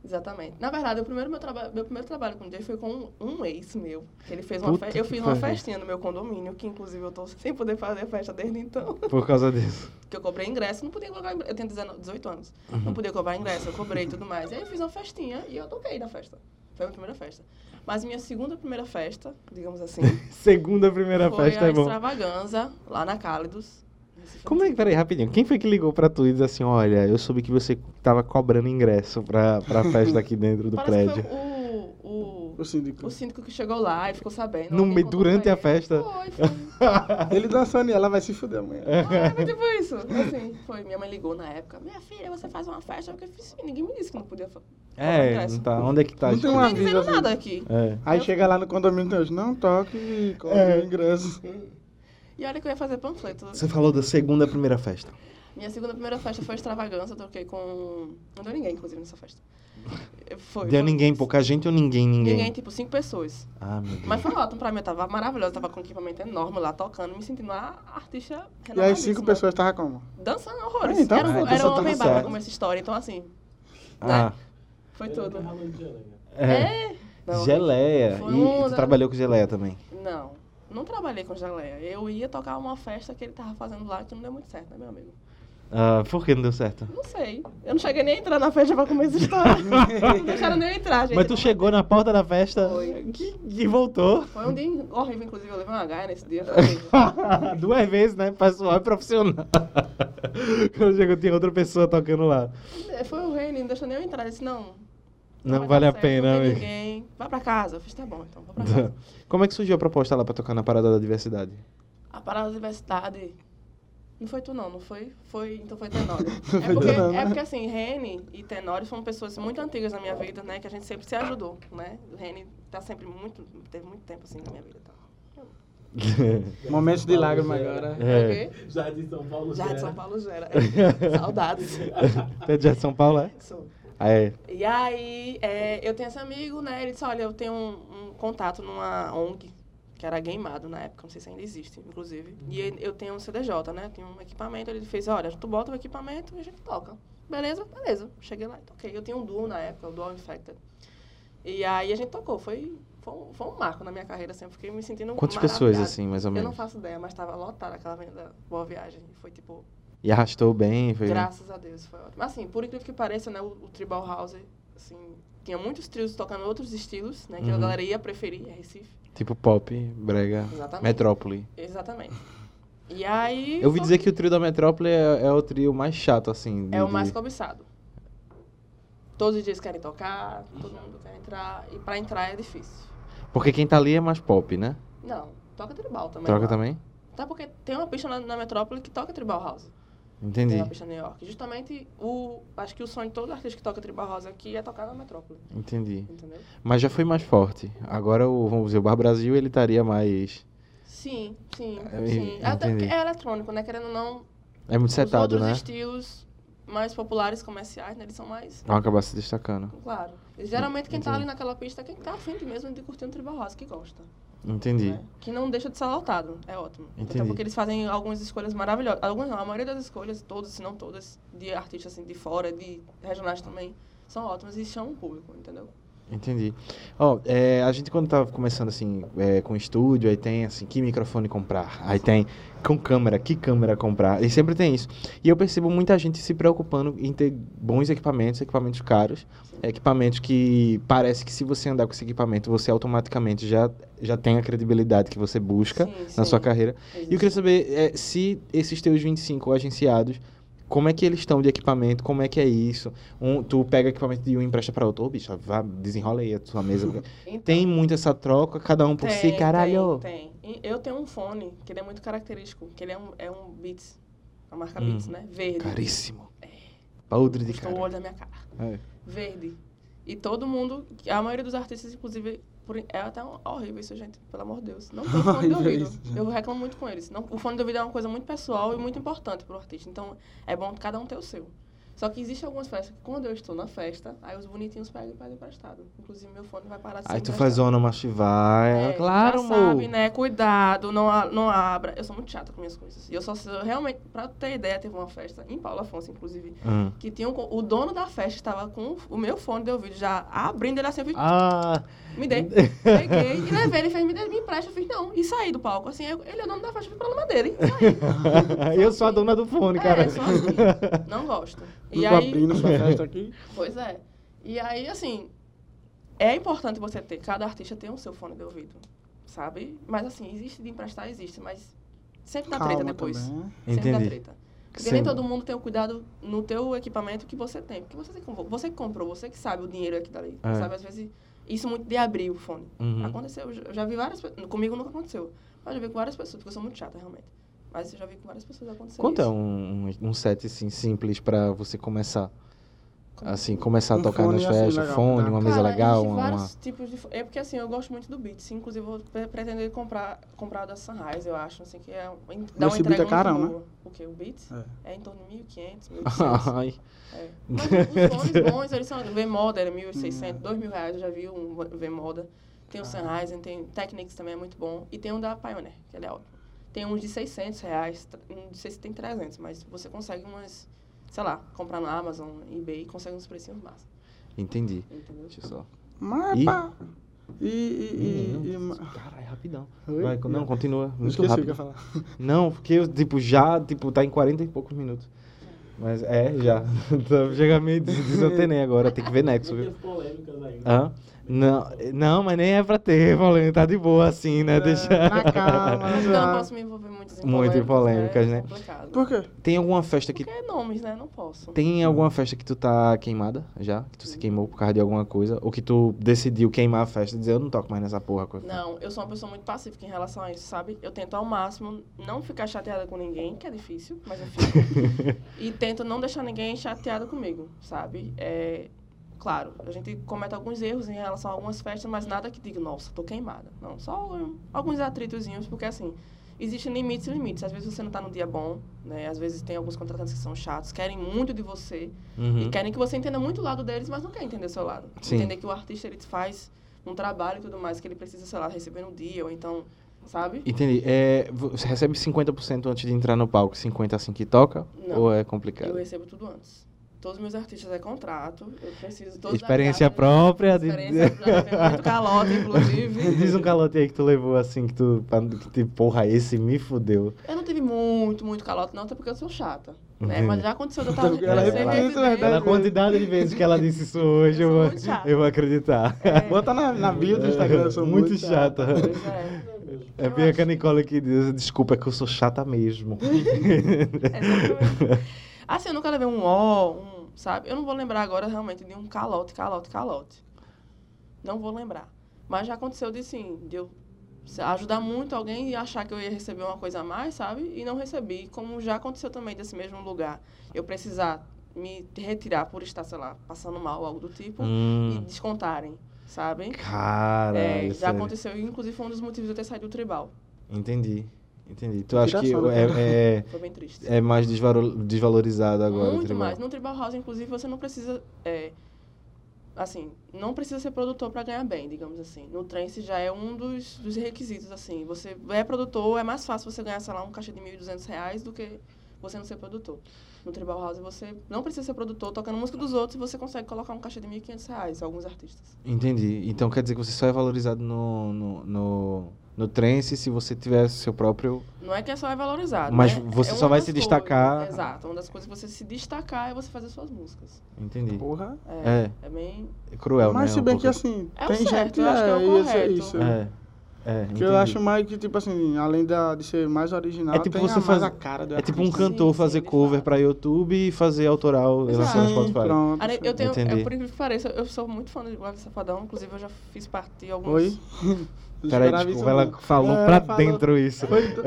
S3: exatamente. Na verdade, o primeiro meu, traba meu primeiro trabalho com DJ foi com um, um ex meu. Que ele fez uma
S2: Puta
S3: fe eu
S2: que
S3: fiz uma
S2: pariu.
S3: festinha no meu condomínio, que inclusive eu tô sem poder fazer festa desde então. [LAUGHS]
S2: Por causa disso. [LAUGHS]
S3: Porque eu cobrei ingresso, não podia cobrar ingresso. Eu tenho 19 18 anos.
S2: Uhum.
S3: Não podia cobrar ingresso, eu cobrei e tudo mais. Aí eu fiz uma festinha e eu toquei na festa. Foi a minha primeira festa. Mas minha segunda primeira festa, digamos
S2: [LAUGHS]
S3: assim,
S2: Segunda, primeira
S3: foi
S2: festa
S3: a
S2: é bom.
S3: extravaganza, lá na Cálidos. Recife
S2: Como é que, peraí, rapidinho, quem foi que ligou pra tu e disse assim, olha, eu soube que você tava cobrando ingresso pra, pra festa aqui dentro do
S3: Parece
S2: prédio.
S3: que foi o, o,
S1: O síndico.
S3: o síndico que chegou lá e ficou sabendo.
S2: No
S3: alguém
S2: meio,
S3: contou
S2: durante a
S3: pra ele.
S2: festa?
S3: Foi, foi.
S1: Ele dançando e ela vai se fuder amanhã.
S2: É.
S3: Ah, foi tipo isso. Assim, foi. Minha mãe ligou na época. Minha filha, você faz uma festa? Porque assim, ninguém me disse que não podia fa- cobrar
S2: É,
S3: ingresso.
S2: não tá. Onde é que tá?
S1: Não tem
S2: escrito?
S1: uma
S3: Não tem dizendo
S1: avisa,
S3: nada aqui.
S2: É.
S1: Aí
S3: Eu-
S1: chega lá no condomínio então, não toque e cobre
S2: É.
S1: o ingresso.
S3: E olha que eu ia fazer panfleto.
S2: Você falou da segunda à primeira festa.
S3: Minha segunda primeira festa foi extravagância. Eu toquei com... Não deu ninguém, inclusive, nessa festa. Foi.
S2: Deu
S3: foi-
S2: ninguém, pouca gente ou ninguém, ninguém?
S3: Ninguém, tipo, cinco pessoas.
S2: Ah, meu Deus.
S3: Mas foi ótimo pra mim, eu tava maravilhosa, tava com equipamento enorme lá, tocando, me sentindo uma artista
S1: E
S3: é
S1: aí cinco
S3: renovadíssima.
S1: pessoas estavam como?
S3: Dançando horrores.
S1: Ah, então
S3: era um,
S2: tá, então
S3: era um
S2: tá
S3: open
S2: tudo
S3: bar pra
S2: certo.
S3: começar a história, então assim,
S2: Ah,
S3: foi tudo.
S2: é.
S3: Não,
S2: Geleia.
S3: né? Foi
S2: E,
S3: um
S2: e tu
S3: onda.
S2: trabalhou com geleia também.
S3: não, não trabalhei com geleia. Eu ia tocar uma festa que ele tava fazendo lá que não deu muito certo, né, meu amigo?
S2: Ah, por que não deu certo?
S3: Não sei. Eu não cheguei nem a entrar na festa pra começar
S2: [LAUGHS]
S3: a história. não deixaram nem eu entrar, gente.
S2: Mas tu chegou na porta da festa
S3: Foi.
S2: que- e voltou. [LAUGHS]
S3: Foi um dia horrível, inclusive, eu levei uma gaia nesse dia. foi horrível.
S2: Duas vezes, né? Pessoal e profissional. [LAUGHS] Quando chegou, tinha outra pessoa tocando
S3: [LAUGHS]
S2: lá.
S3: foi o reino, não deixou nem eu entrar. Eu disse, não.
S2: Não,
S3: vai
S2: vale
S3: dar
S2: a
S3: certo,
S2: pena,
S3: Não tem
S2: amigo.
S3: ninguém. Vai pra casa. Eu fiz, tá bom, então, vou
S2: [LAUGHS]
S3: pra casa.
S2: Como é que surgiu a proposta lá pra tocar na Parada da
S3: [LAUGHS]
S2: Diversidade?
S3: A parada da diversidade. Não foi tu não, não foi? Foi, então
S1: [LAUGHS]
S3: foi Tenório.
S1: Não
S3: é,
S1: foi tu
S3: porque,
S1: não, né?
S3: é porque assim, Rene e Tenório foram pessoas muito antigas na minha vida, né? Que a gente sempre se ajudou, né? O Rene tá sempre muito, teve muito tempo assim na minha vida. Tá?
S1: Momentos de lágrima agora.
S2: É.
S3: Ok?
S4: Já de São Paulo.
S3: Já de
S4: gera.
S3: São Paulo gera. [LAUGHS] É. Saudades.
S2: Tu é de São Paulo, é?
S3: Sou.
S2: Ah, é.
S3: E aí, é, eu tenho esse amigo, né? Ele disse, olha, eu tenho um, um contato numa ONG, que era Gameado na época, não sei se ainda existe, inclusive.
S2: Uhum.
S3: E ele- eu tenho um CDJ, né? Tenho um equipamento. Ele fez: olha, tu bota o equipamento e a gente toca. Beleza? Beleza. Cheguei lá e toquei. Eu tinha um duo na época, o Dual Infected. E aí a gente tocou. Foi, foi, um, foi um marco na minha carreira, sempre fiquei me sentindo
S2: Quantas pessoas,
S3: maravilhada.
S2: assim, mais ou
S3: Eu não
S2: menos?
S3: faço ideia, mas estava lotada aquela venda Boa Viagem. Foi tipo,
S2: E arrastou bem, foi...
S3: graças a Deus, foi ótimo. Assim, por incrível que pareça, né, o, o Tribal House, assim, tinha muitos trios tocando outros estilos, né, que a
S2: Uhum.
S3: galera ia preferir, é Recife.
S2: Tipo pop, brega,
S3: Exatamente.
S2: metrópole.
S3: Exatamente. E aí...
S2: Eu ouvi
S3: foi-
S2: dizer que o trio da metrópole é, é o trio mais chato, assim. de-
S3: É o mais
S2: de-
S3: cobiçado. Todos os dias querem tocar, todo mundo quer entrar, e pra entrar é difícil.
S2: Porque quem tá ali é mais pop, né?
S3: Não, toca tribal também.
S2: Troca
S3: lá.
S2: também?
S3: Até porque tem uma pista na, na metrópole que toca tribal house.
S2: Entendi,
S3: Tem uma pista em New York. Justamente, o, acho que o sonho de todo artista que toca tribal house aqui é tocar na metrópole,
S2: entendi.
S3: entendeu?
S2: Mas já foi mais forte. Agora, o, vamos dizer, o Bar Brasil, ele estaria mais...
S3: Sim, sim,
S2: Eu
S3: sim. Até
S2: entendi.
S3: porque é eletrônico, né? Querendo ou não,
S2: É muito
S3: os
S2: setado,
S3: outros
S2: né?
S3: estilos mais populares, comerciais, né? Eles são mais...
S2: Vão acabar se destacando.
S3: Claro. E Geralmente quem tá
S2: entendi.
S3: ali naquela pista é quem tá afim de mesmo de curtir um tribal house, que gosta.
S2: Entendi.
S3: né? Que não deixa de ser lotado. É ótimo. Até
S2: Entendi.
S3: porque eles fazem algumas escolhas maravilhosas. Algumas não, a maioria das escolhas, todas, se não todas, de artistas assim, de fora, de regionais também, são ótimas e chamam o público, entendeu?
S2: Entendi. Ó, é, a gente quando tava começando assim, é, com estúdio, aí tem assim, que microfone comprar? Aí tem com câmera, que câmera comprar? E sempre tem isso. E eu percebo muita gente se preocupando em ter bons equipamentos, equipamentos caros, equipamentos que parece que se você andar com esse equipamento, você automaticamente já, já tem a credibilidade que você busca
S3: Sim,
S2: na
S3: sim.
S2: sua carreira. E eu
S3: Existe.
S2: queria saber é, se esses teus 25 agenciados, como é que eles estão de equipamento, como é que é isso? Um, tu pega equipamento de um e empresta para outro, ô bicho, vá, desenrola aí a tua [LAUGHS] mesa.
S3: Então,
S2: tem muito essa troca, cada um por si,
S3: tem,
S2: caralho.
S3: Tem, tem. E Eu tenho um fone que ele é muito característico, que ele é um, é um Beats, a marca
S2: Hum.
S3: Beats, né? Verde.
S2: Caríssimo. Podre de
S3: Custou o
S2: cara.
S3: olho da minha cara.
S2: É.
S3: Verde. E todo mundo, a maioria dos artistas, inclusive, por- é até um- horrível isso, gente, pelo amor de Deus. Não tem
S2: [LAUGHS]
S3: fone de
S1: Horrível
S3: ouvido.
S1: isso, gente.
S3: Eu reclamo muito com eles. Não, o fone de ouvido é uma coisa muito pessoal e muito importante pro artista. Então, é bom que cada um ter o seu. Só que existem algumas festas que quando eu estou na festa, aí os bonitinhos pegam e pedem emprestado. Inclusive, meu fone vai parar de ser
S2: Aí tu
S3: emprestado.
S2: faz ona machivar,
S3: assim, É,
S2: é, claro,
S3: já
S2: amor.
S3: sabe, né? Cuidado, não, a- não abra. Eu sou muito chata com minhas coisas. E eu só eu realmente, pra ter ideia, teve uma festa em Paulo Afonso, inclusive,
S2: Hum.
S3: que tinha um co- o dono da festa estava com o meu fone de ouvido já abrindo ele assim, eu fiz,
S2: Ah, [LAUGHS]
S3: me dei, peguei e levei, ele fez, me, dê, me empresta, eu fiz, não, e saí do palco, assim, eu- ele é o dono da festa, eu fiz problema dele,
S2: eu sou a dona do fone, cara.
S3: é,
S2: [LAUGHS]
S3: só assim, não gosto. E
S1: Nunca
S3: aí,
S1: abrindo sua festa aqui.
S3: pois é, e aí, assim, é importante você ter, cada artista tem o seu fone de ouvido, sabe? Mas assim, existe de emprestar, existe, mas sempre dá treta
S1: Calma
S3: depois,
S1: também.
S3: sempre dá
S2: Entendi.
S3: treta. Porque nem todo mundo tem o cuidado no teu equipamento que você tem. Porque você, que comprou- você que comprou, você que sabe o dinheiro aqui dali.
S2: É.
S3: Sabe, às vezes, isso muito de abrir o fone.
S2: Uhum.
S3: Aconteceu, eu já vi várias pessoas. Comigo nunca aconteceu. Mas eu já vi com várias pessoas, porque eu sou muito chata, realmente. Mas eu já vi com várias pessoas acontecer
S2: Quanto é
S3: isso.
S2: um, um set assim, simples pra você começar?
S3: Como-
S2: Assim, começar a
S1: Um
S2: tocar
S1: fone,
S2: nas
S1: assim,
S2: festas,
S1: legal,
S2: fone,
S1: né?
S2: uma mesa
S3: Cara,
S2: legal,
S3: existe
S2: uma... [LAUGHS]
S3: vários tipos de... fo- É porque, assim, eu gosto muito do Beats. Inclusive, eu pre- pretendo comprar, comprar o da Sunrise, eu acho. Assim, que é... um- Dá uma
S1: esse Beats é
S3: entrega muito
S1: carão, né?
S3: boa. O quê? O Beats?
S1: É.
S3: É em torno de 1.500,
S2: [LAUGHS]
S3: 1.800.
S2: Ai,
S3: É. Mas os fones bons, eles são V-Moda, era 1.600, 2.000 reais, eu já vi um V-Moda. Tem o
S1: Ah.
S3: Sunrise, tem Technics também, é muito bom. E tem um da Pioneer, que ele é ótimo. Tem uns de 600 reais, tr- não sei se tem 300, mas você consegue umas, sei lá, comprar na Amazon, eBay, consegue uns precinhos massa,
S2: entendi.
S3: entendeu?
S2: Deixa eu só.
S1: Mas,
S2: E?
S1: pá. E. e, e, e
S2: Menino,
S1: ma-
S2: Caralho, é rapidão.
S1: Oi?
S2: Vai, não, continua. Muito
S1: esqueci o que eu ia
S2: rápido.
S1: falar. [LAUGHS]
S2: Não, porque eu, tipo, já, tipo, tá em 40 e poucos minutos. Mas é, já. [LAUGHS] Então, Chega meio des- desantenei agora, tem É que Ah, ver Nexo,
S4: Muitas
S2: viu?
S4: polêmicas ainda.
S2: Hã? Não, não, mas nem é pra ter, [LAUGHS] falando, tá de boa assim,
S1: É.
S2: né? Deixa.
S1: Na calma,
S3: Mas
S1: na
S3: eu não
S1: calma.
S3: posso me envolver muito em
S2: Muito em polêmicas, né?
S3: É complicado.
S1: Por quê?
S2: Tem alguma festa que
S3: Porque é nomes, né? Não posso.
S2: Tem alguma festa que tu tá queimada já? Que tu se queimou por causa de alguma coisa? Ou que tu decidiu queimar a festa e dizer, eu não toco mais nessa porra? coisa.
S3: Não, eu sou uma pessoa muito pacífica em relação a isso, sabe? Eu tento ao máximo não ficar chateada com ninguém, que é difícil, mas eu fico.
S2: [LAUGHS]
S3: e tento não deixar ninguém chateado comigo, sabe? É, claro, a gente comete alguns erros em relação a algumas festas, mas nada que diga, nossa, tô queimada. Não, só um- alguns atritozinhos, porque assim, existem limites e limites. Às vezes você não tá no dia bom, né? Às vezes tem alguns contratantes que são chatos, querem muito de você.
S2: Uhum.
S3: E querem que você entenda muito o lado deles, mas não quer entender o seu lado.
S2: Sim.
S3: Entender que o artista ele te faz um trabalho e tudo mais que ele precisa, sei lá, receber no dia, ou então, sabe?
S2: Entendi. É, você recebe 50% antes de entrar no palco, 50% assim que toca?
S3: Não.
S2: Ou é
S3: Eu
S2: complicado?
S3: recebo tudo antes. Todos meus artistas é contrato, eu preciso... Todos
S2: Experiência
S3: as datas-
S2: própria. de-
S3: né? Experiência própria, tem muito calota,
S2: [LAUGHS]
S3: inclusive.
S2: Diz um calote aí que tu levou assim, que tu. pra- Que, tipo, porra, esse me fudeu.
S3: Eu não tive muito, muito calote, não, até porque eu sou chata. Né?
S2: Entendi.
S3: Mas já
S2: [LAUGHS]
S3: aconteceu de eu
S1: Até
S3: estar
S1: porque
S2: Uhum. ela
S3: ser
S2: repete,
S3: residente.
S1: é
S2: Pela
S1: verdade.
S2: Tá quantidade de vezes que ela disse isso hoje,
S3: Eu
S2: eu,
S3: sou
S2: vou,
S3: muito chata.
S2: eu vou acreditar.
S1: É. Bota na, na bio do Instagram, eu sou
S2: muito
S1: muito,
S2: chata.
S3: Pois é.
S2: É
S3: Eu
S2: bem
S3: acho.
S2: a Nicole que diz, desculpa, é que eu sou chata
S3: [LAUGHS]
S2: mesmo.
S3: Exatamente. Assim, eu nunca levei um ó, um, sabe? Eu não vou lembrar agora realmente de um calote, calote, calote. Não vou lembrar. Mas já aconteceu de sim, de eu se- ajudar muito alguém e achar que eu ia receber uma coisa a mais, sabe? E não recebi, como já aconteceu também desse mesmo lugar. Eu precisar me retirar por estar, sei lá, passando mal ou algo do tipo e
S2: Hum,
S3: descontarem, sabem?
S2: caralho.
S3: É, já
S2: sério.
S3: aconteceu, e inclusive foi um dos motivos de eu ter saído do tribal.
S2: Entendi. Entendi. Tu acha que
S1: Tiração, né, cara?
S2: é,
S3: Foi bem triste.
S2: é, é mais desvalo- desvalorizado agora tá o
S3: Muito
S2: tribal?
S3: mais. No Tribal House, inclusive, você não precisa. é, assim, não precisa ser produtor para ganhar bem, digamos assim. No trance já é um dos, dos requisitos, assim. Você é produtor, é mais fácil você ganhar, sei lá, um caixa de 1.200 reais do que você não ser produtor. No Tribal House, você não precisa ser produtor tocando música dos outros e você consegue colocar um caixa de 1.500 reais, alguns artistas.
S2: Entendi. Então quer dizer que você só é valorizado no, no, no, no trance se você tiver seu próprio.
S3: Não é que é só é valorizado.
S2: Mas
S3: né?
S2: você
S3: É
S2: só
S3: uma
S2: vai
S3: das
S2: se destacar-
S3: coisas- Exato. Uma das coisas que você se destacar é você fazer suas músicas.
S2: Entendi.
S1: Porra.
S3: É,
S2: É,
S3: é bem.
S2: é cruel, né?
S1: Mas se
S2: um
S1: bem
S2: pouco.
S1: que assim,
S3: É o
S1: tem
S3: certo,
S1: gente.
S3: eu acho que é o
S1: isso,
S3: correto.
S1: isso.
S2: É. É,
S1: Que eu
S2: entendi.
S1: acho mais que, tipo assim, além da, de ser mais original,
S2: É tipo
S1: tem
S2: você
S1: a mais
S2: faz-
S1: a cara do
S2: É tipo um
S1: artista.
S2: cantor
S3: sim,
S2: fazer
S3: de
S2: cover
S3: fato.
S2: pra YouTube e fazer autoral em relação ao
S3: Sim,
S1: Sim,
S2: Spotify.
S1: pronto.
S3: Ah, né, Eu tenho,
S2: Entendi.
S3: é, por incrível que pareça, eu sou muito fã do Wesley Safadão, inclusive eu já fiz parte de
S2: [LAUGHS]
S3: alguns.
S1: Oi?
S2: Peraí,
S1: Esperava
S2: desculpa,
S1: isso
S2: ela
S1: mesmo.
S2: falou
S1: É,
S2: pra
S1: falou.
S2: dentro isso.
S1: Foi,
S2: [LAUGHS]
S1: foi.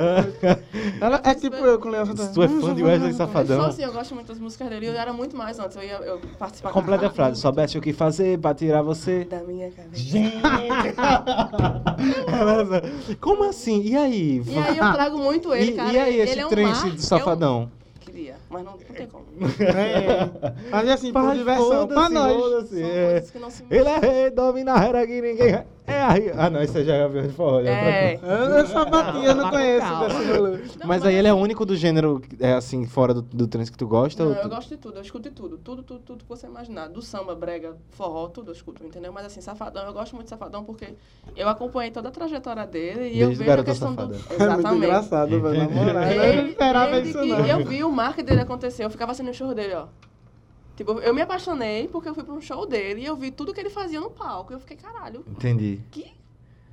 S1: Ela é tipo eu com o Leão Santana.
S2: Se tu é fã de Wesley
S3: Eu sou
S2: Safadão,
S3: assim, eu gosto muito das músicas dele, eu era muito mais antes, eu ia eu participar
S2: completa a
S3: cantava
S2: frase. Soubesse o que fazer pra tirar você.
S3: Da minha cabeça.
S2: Gente! [LAUGHS] Ela- Como assim? E aí?
S3: E aí eu trago muito ele,
S2: E-
S3: cara.
S2: e aí
S3: ele
S2: esse
S3: é um
S2: trance
S3: mar,
S2: do Safadão?
S3: Eu queria, mas não, não
S2: [LAUGHS]
S3: tem como.
S1: É. Mas assim, por
S2: Pai,
S1: diversão,
S2: foda-se,
S1: pra nós.
S2: foda-se,
S3: São
S2: é.
S3: coisas que não se
S2: Ele é rei, domina a era que ninguém... É a... Ah, não, isso já é avião de forró. já é outra
S3: É.
S2: coisa.
S1: Eu, eu só bati, eu não
S3: Calma.
S1: conheço
S3: Calma.
S1: desse valor.
S3: Não, assim
S2: Mas aí ele é o único do gênero, é assim, fora do, do trance que tu gosta?
S3: Não,
S2: ou tu-
S3: eu gosto de tudo, eu escuto de tudo, tudo, tudo, tudo que você imaginar. Do samba, brega, forró, tudo eu escuto, entendeu? Mas assim, Safadão, eu gosto muito de Safadão porque eu acompanhei toda a trajetória dele e
S2: Desde
S3: eu
S2: o
S3: vejo a
S2: Garota
S3: questão
S2: Safada.
S3: do...
S1: É muito
S3: [LAUGHS] Exatamente.
S1: engraçado, velho. Na moral, eu não
S3: Desde-
S1: esperava
S3: desde
S1: isso
S3: que
S1: não.
S3: Eu vi o marketing dele acontecer, eu ficava assim no show dele, ó. Tipo, eu me apaixonei porque eu fui pra um show dele e eu vi tudo que ele fazia no palco. Eu fiquei, caralho,
S2: Entendi.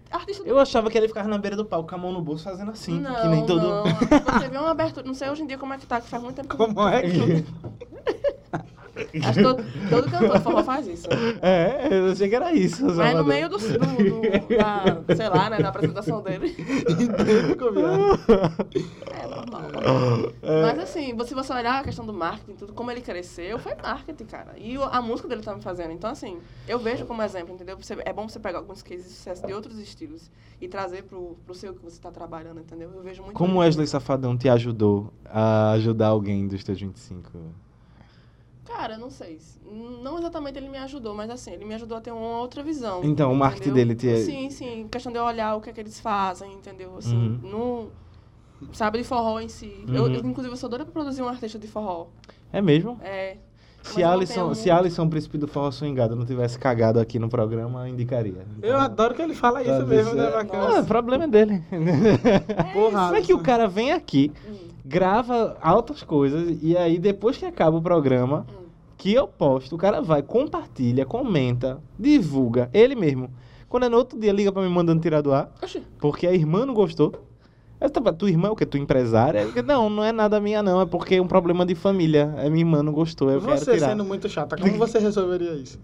S3: artista do
S2: Eu achava que ele ficava na beira do palco com a mão no bolso fazendo assim,
S3: não,
S2: que nem todo...
S3: não. Tipo, Você vê uma abertura, não sei hoje em dia como é que tá, que faz muito tempo. que eu-
S1: Como é que...
S3: Acho que todo, todo cantor de forró faz
S1: [LAUGHS]
S3: isso. né?
S2: [LAUGHS] É, eu achei que era isso.
S3: Mas no
S2: Salvador.
S3: meio do, do, do- da, sei lá, né, da apresentação dele.
S1: Entendo, comiado.
S3: É normal.
S2: Ah,
S3: né?
S2: é.
S3: Mas assim, se você olhar a questão do marketing, tudo, como ele cresceu, foi marketing, cara. E o- a música dele tá me fazendo. Então, assim, eu vejo como exemplo, entendeu? Você- é bom você pegar alguns cases de sucesso de outros estilos e trazer pro, pro seu que você tá trabalhando, entendeu? Eu vejo muito.
S2: Como
S3: isso.
S2: Wesley Safadão te ajudou a ajudar alguém dos teus 25?
S3: Cara, não sei. se- Não exatamente ele me ajudou, mas assim, ele me ajudou a ter uma outra visão.
S2: Então, o marketing
S3: entendeu?
S2: dele te-
S3: Sim, sim. Questão de eu olhar o que é que eles fazem, entendeu? Assim, no... Sabe, de forró em si. Eu,
S2: Uhum.
S3: eu, inclusive, eu sou doida pra produzir um artista de forró.
S2: É mesmo?
S3: É. Mas
S2: Se
S3: eu não um-
S2: Alisson,
S3: tenho
S2: se
S3: muito.
S2: Alisson Príncipe do Forró Swingado não tivesse cagado aqui no programa, eu indicaria.
S1: Eu adoro que ele fala isso
S2: Sabe,
S1: mesmo, né,
S2: é-
S1: bacana.
S2: Ah, o problema é dele.
S1: Porra,
S2: Como é que o cara vem aqui,
S3: Hum,
S2: grava altas coisas, e aí depois que acaba o programa,
S3: hum.
S2: que eu posto, o cara vai, compartilha, comenta, divulga, ele mesmo. Quando é no outro dia, liga pra mim mandando tirar do ar.
S3: Oxi.
S2: Porque a irmã não gostou. Eu tava, tua irmã é o quê? Tua empresária? Eu, Não, não é nada minha, não. É porque é um problema de família. A minha irmã não gostou, eu quero
S1: Você
S2: tirar.
S1: sendo muito chata, como você resolveria
S2: [LAUGHS]
S1: isso?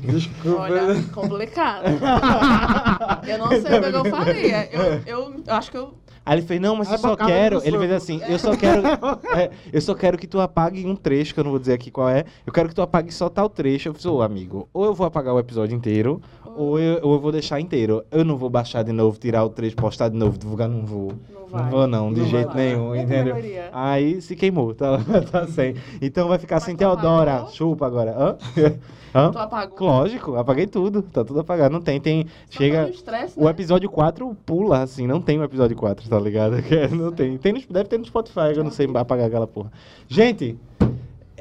S1: Desculpa.
S3: Olha, [LAUGHS] complicado. eu não sei o que eu faria. Eu, eu, eu acho que eu.
S2: Aí ele fez, não, mas
S1: Aí
S2: eu só
S1: bacana
S2: quero...
S1: do
S2: Ele fez
S1: soco.
S2: assim, eu
S1: [LAUGHS]
S2: só quero... é, eu só quero que tu apague um trecho, que eu não vou dizer aqui qual é. Eu quero que tu apague só tal trecho. Eu fiz, ô, amigo, ou eu vou apagar o episódio inteiro, Ou eu, ou eu vou deixar inteiro. Eu não vou baixar de novo, tirar o trecho, postar de novo, divulgar, não vou.
S3: Não vai.
S2: Não vou não, de
S1: Não vai
S2: jeito
S1: lá.
S2: nenhum,
S3: Nem
S2: entendeu?
S3: deveria.
S2: Aí se queimou, tá, [LAUGHS] tá sem. Então vai ficar
S3: Mas
S2: sem
S3: tu
S2: Teodora.
S3: apagou?
S2: Chupa agora.
S3: [LAUGHS]
S2: Hã? Hã?
S3: Tu apagou.
S2: Lógico, apaguei tudo. Tá tudo apagado. Não tem, tem.
S3: Só
S2: chega.
S3: pra não estresse,
S2: O
S3: né?
S2: episódio 4 pula, assim, não tem o episódio 4, tá ligado? [LAUGHS] Que é, Não tem. tem no- deve ter no Spotify, que eu não sei apagar aquela porra. Gente,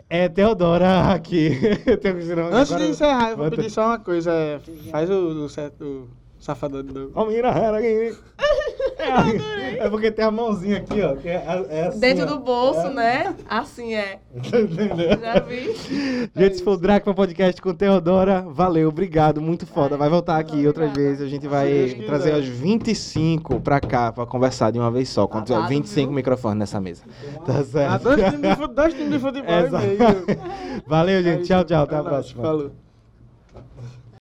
S2: é Teodora aqui. [LAUGHS] Eu tenho que dizer,
S1: Antes
S2: agora-
S1: de encerrar, eu vou
S2: Bota-
S1: pedir só uma coisa. é, Faz o, o, cer- o safadão de novo.
S2: Ó, menina,
S1: [LAUGHS]
S2: era aqui. É, é porque tem a mãozinha aqui, ó. que é, é assim,
S3: Dentro
S2: ó.
S3: do bolso,
S2: É.
S3: né? Assim é.
S2: [LAUGHS] Entendeu?
S3: Já vi.
S2: Gente, esse foi o Dracma Podcast com Teodora. Valeu, obrigado, muito foda. Vai voltar aqui outras
S3: Obrigada.
S2: vezes. A gente
S1: Se
S2: vai
S1: Deus quiser.
S2: trazer as 25 pra cá pra conversar de uma vez só. Quando
S1: Tá
S2: tiver
S3: Babado,
S2: 25
S3: viu?
S2: microfones nessa mesa. Tá
S1: Ah,
S2: certo?
S1: dois times de futebol, dois times de futebol e
S2: [LAUGHS] Exato.
S1: meio.
S2: Valeu, gente. Tchau, tchau. Até
S1: É
S2: a
S1: nóis,
S2: próxima.
S1: Falou.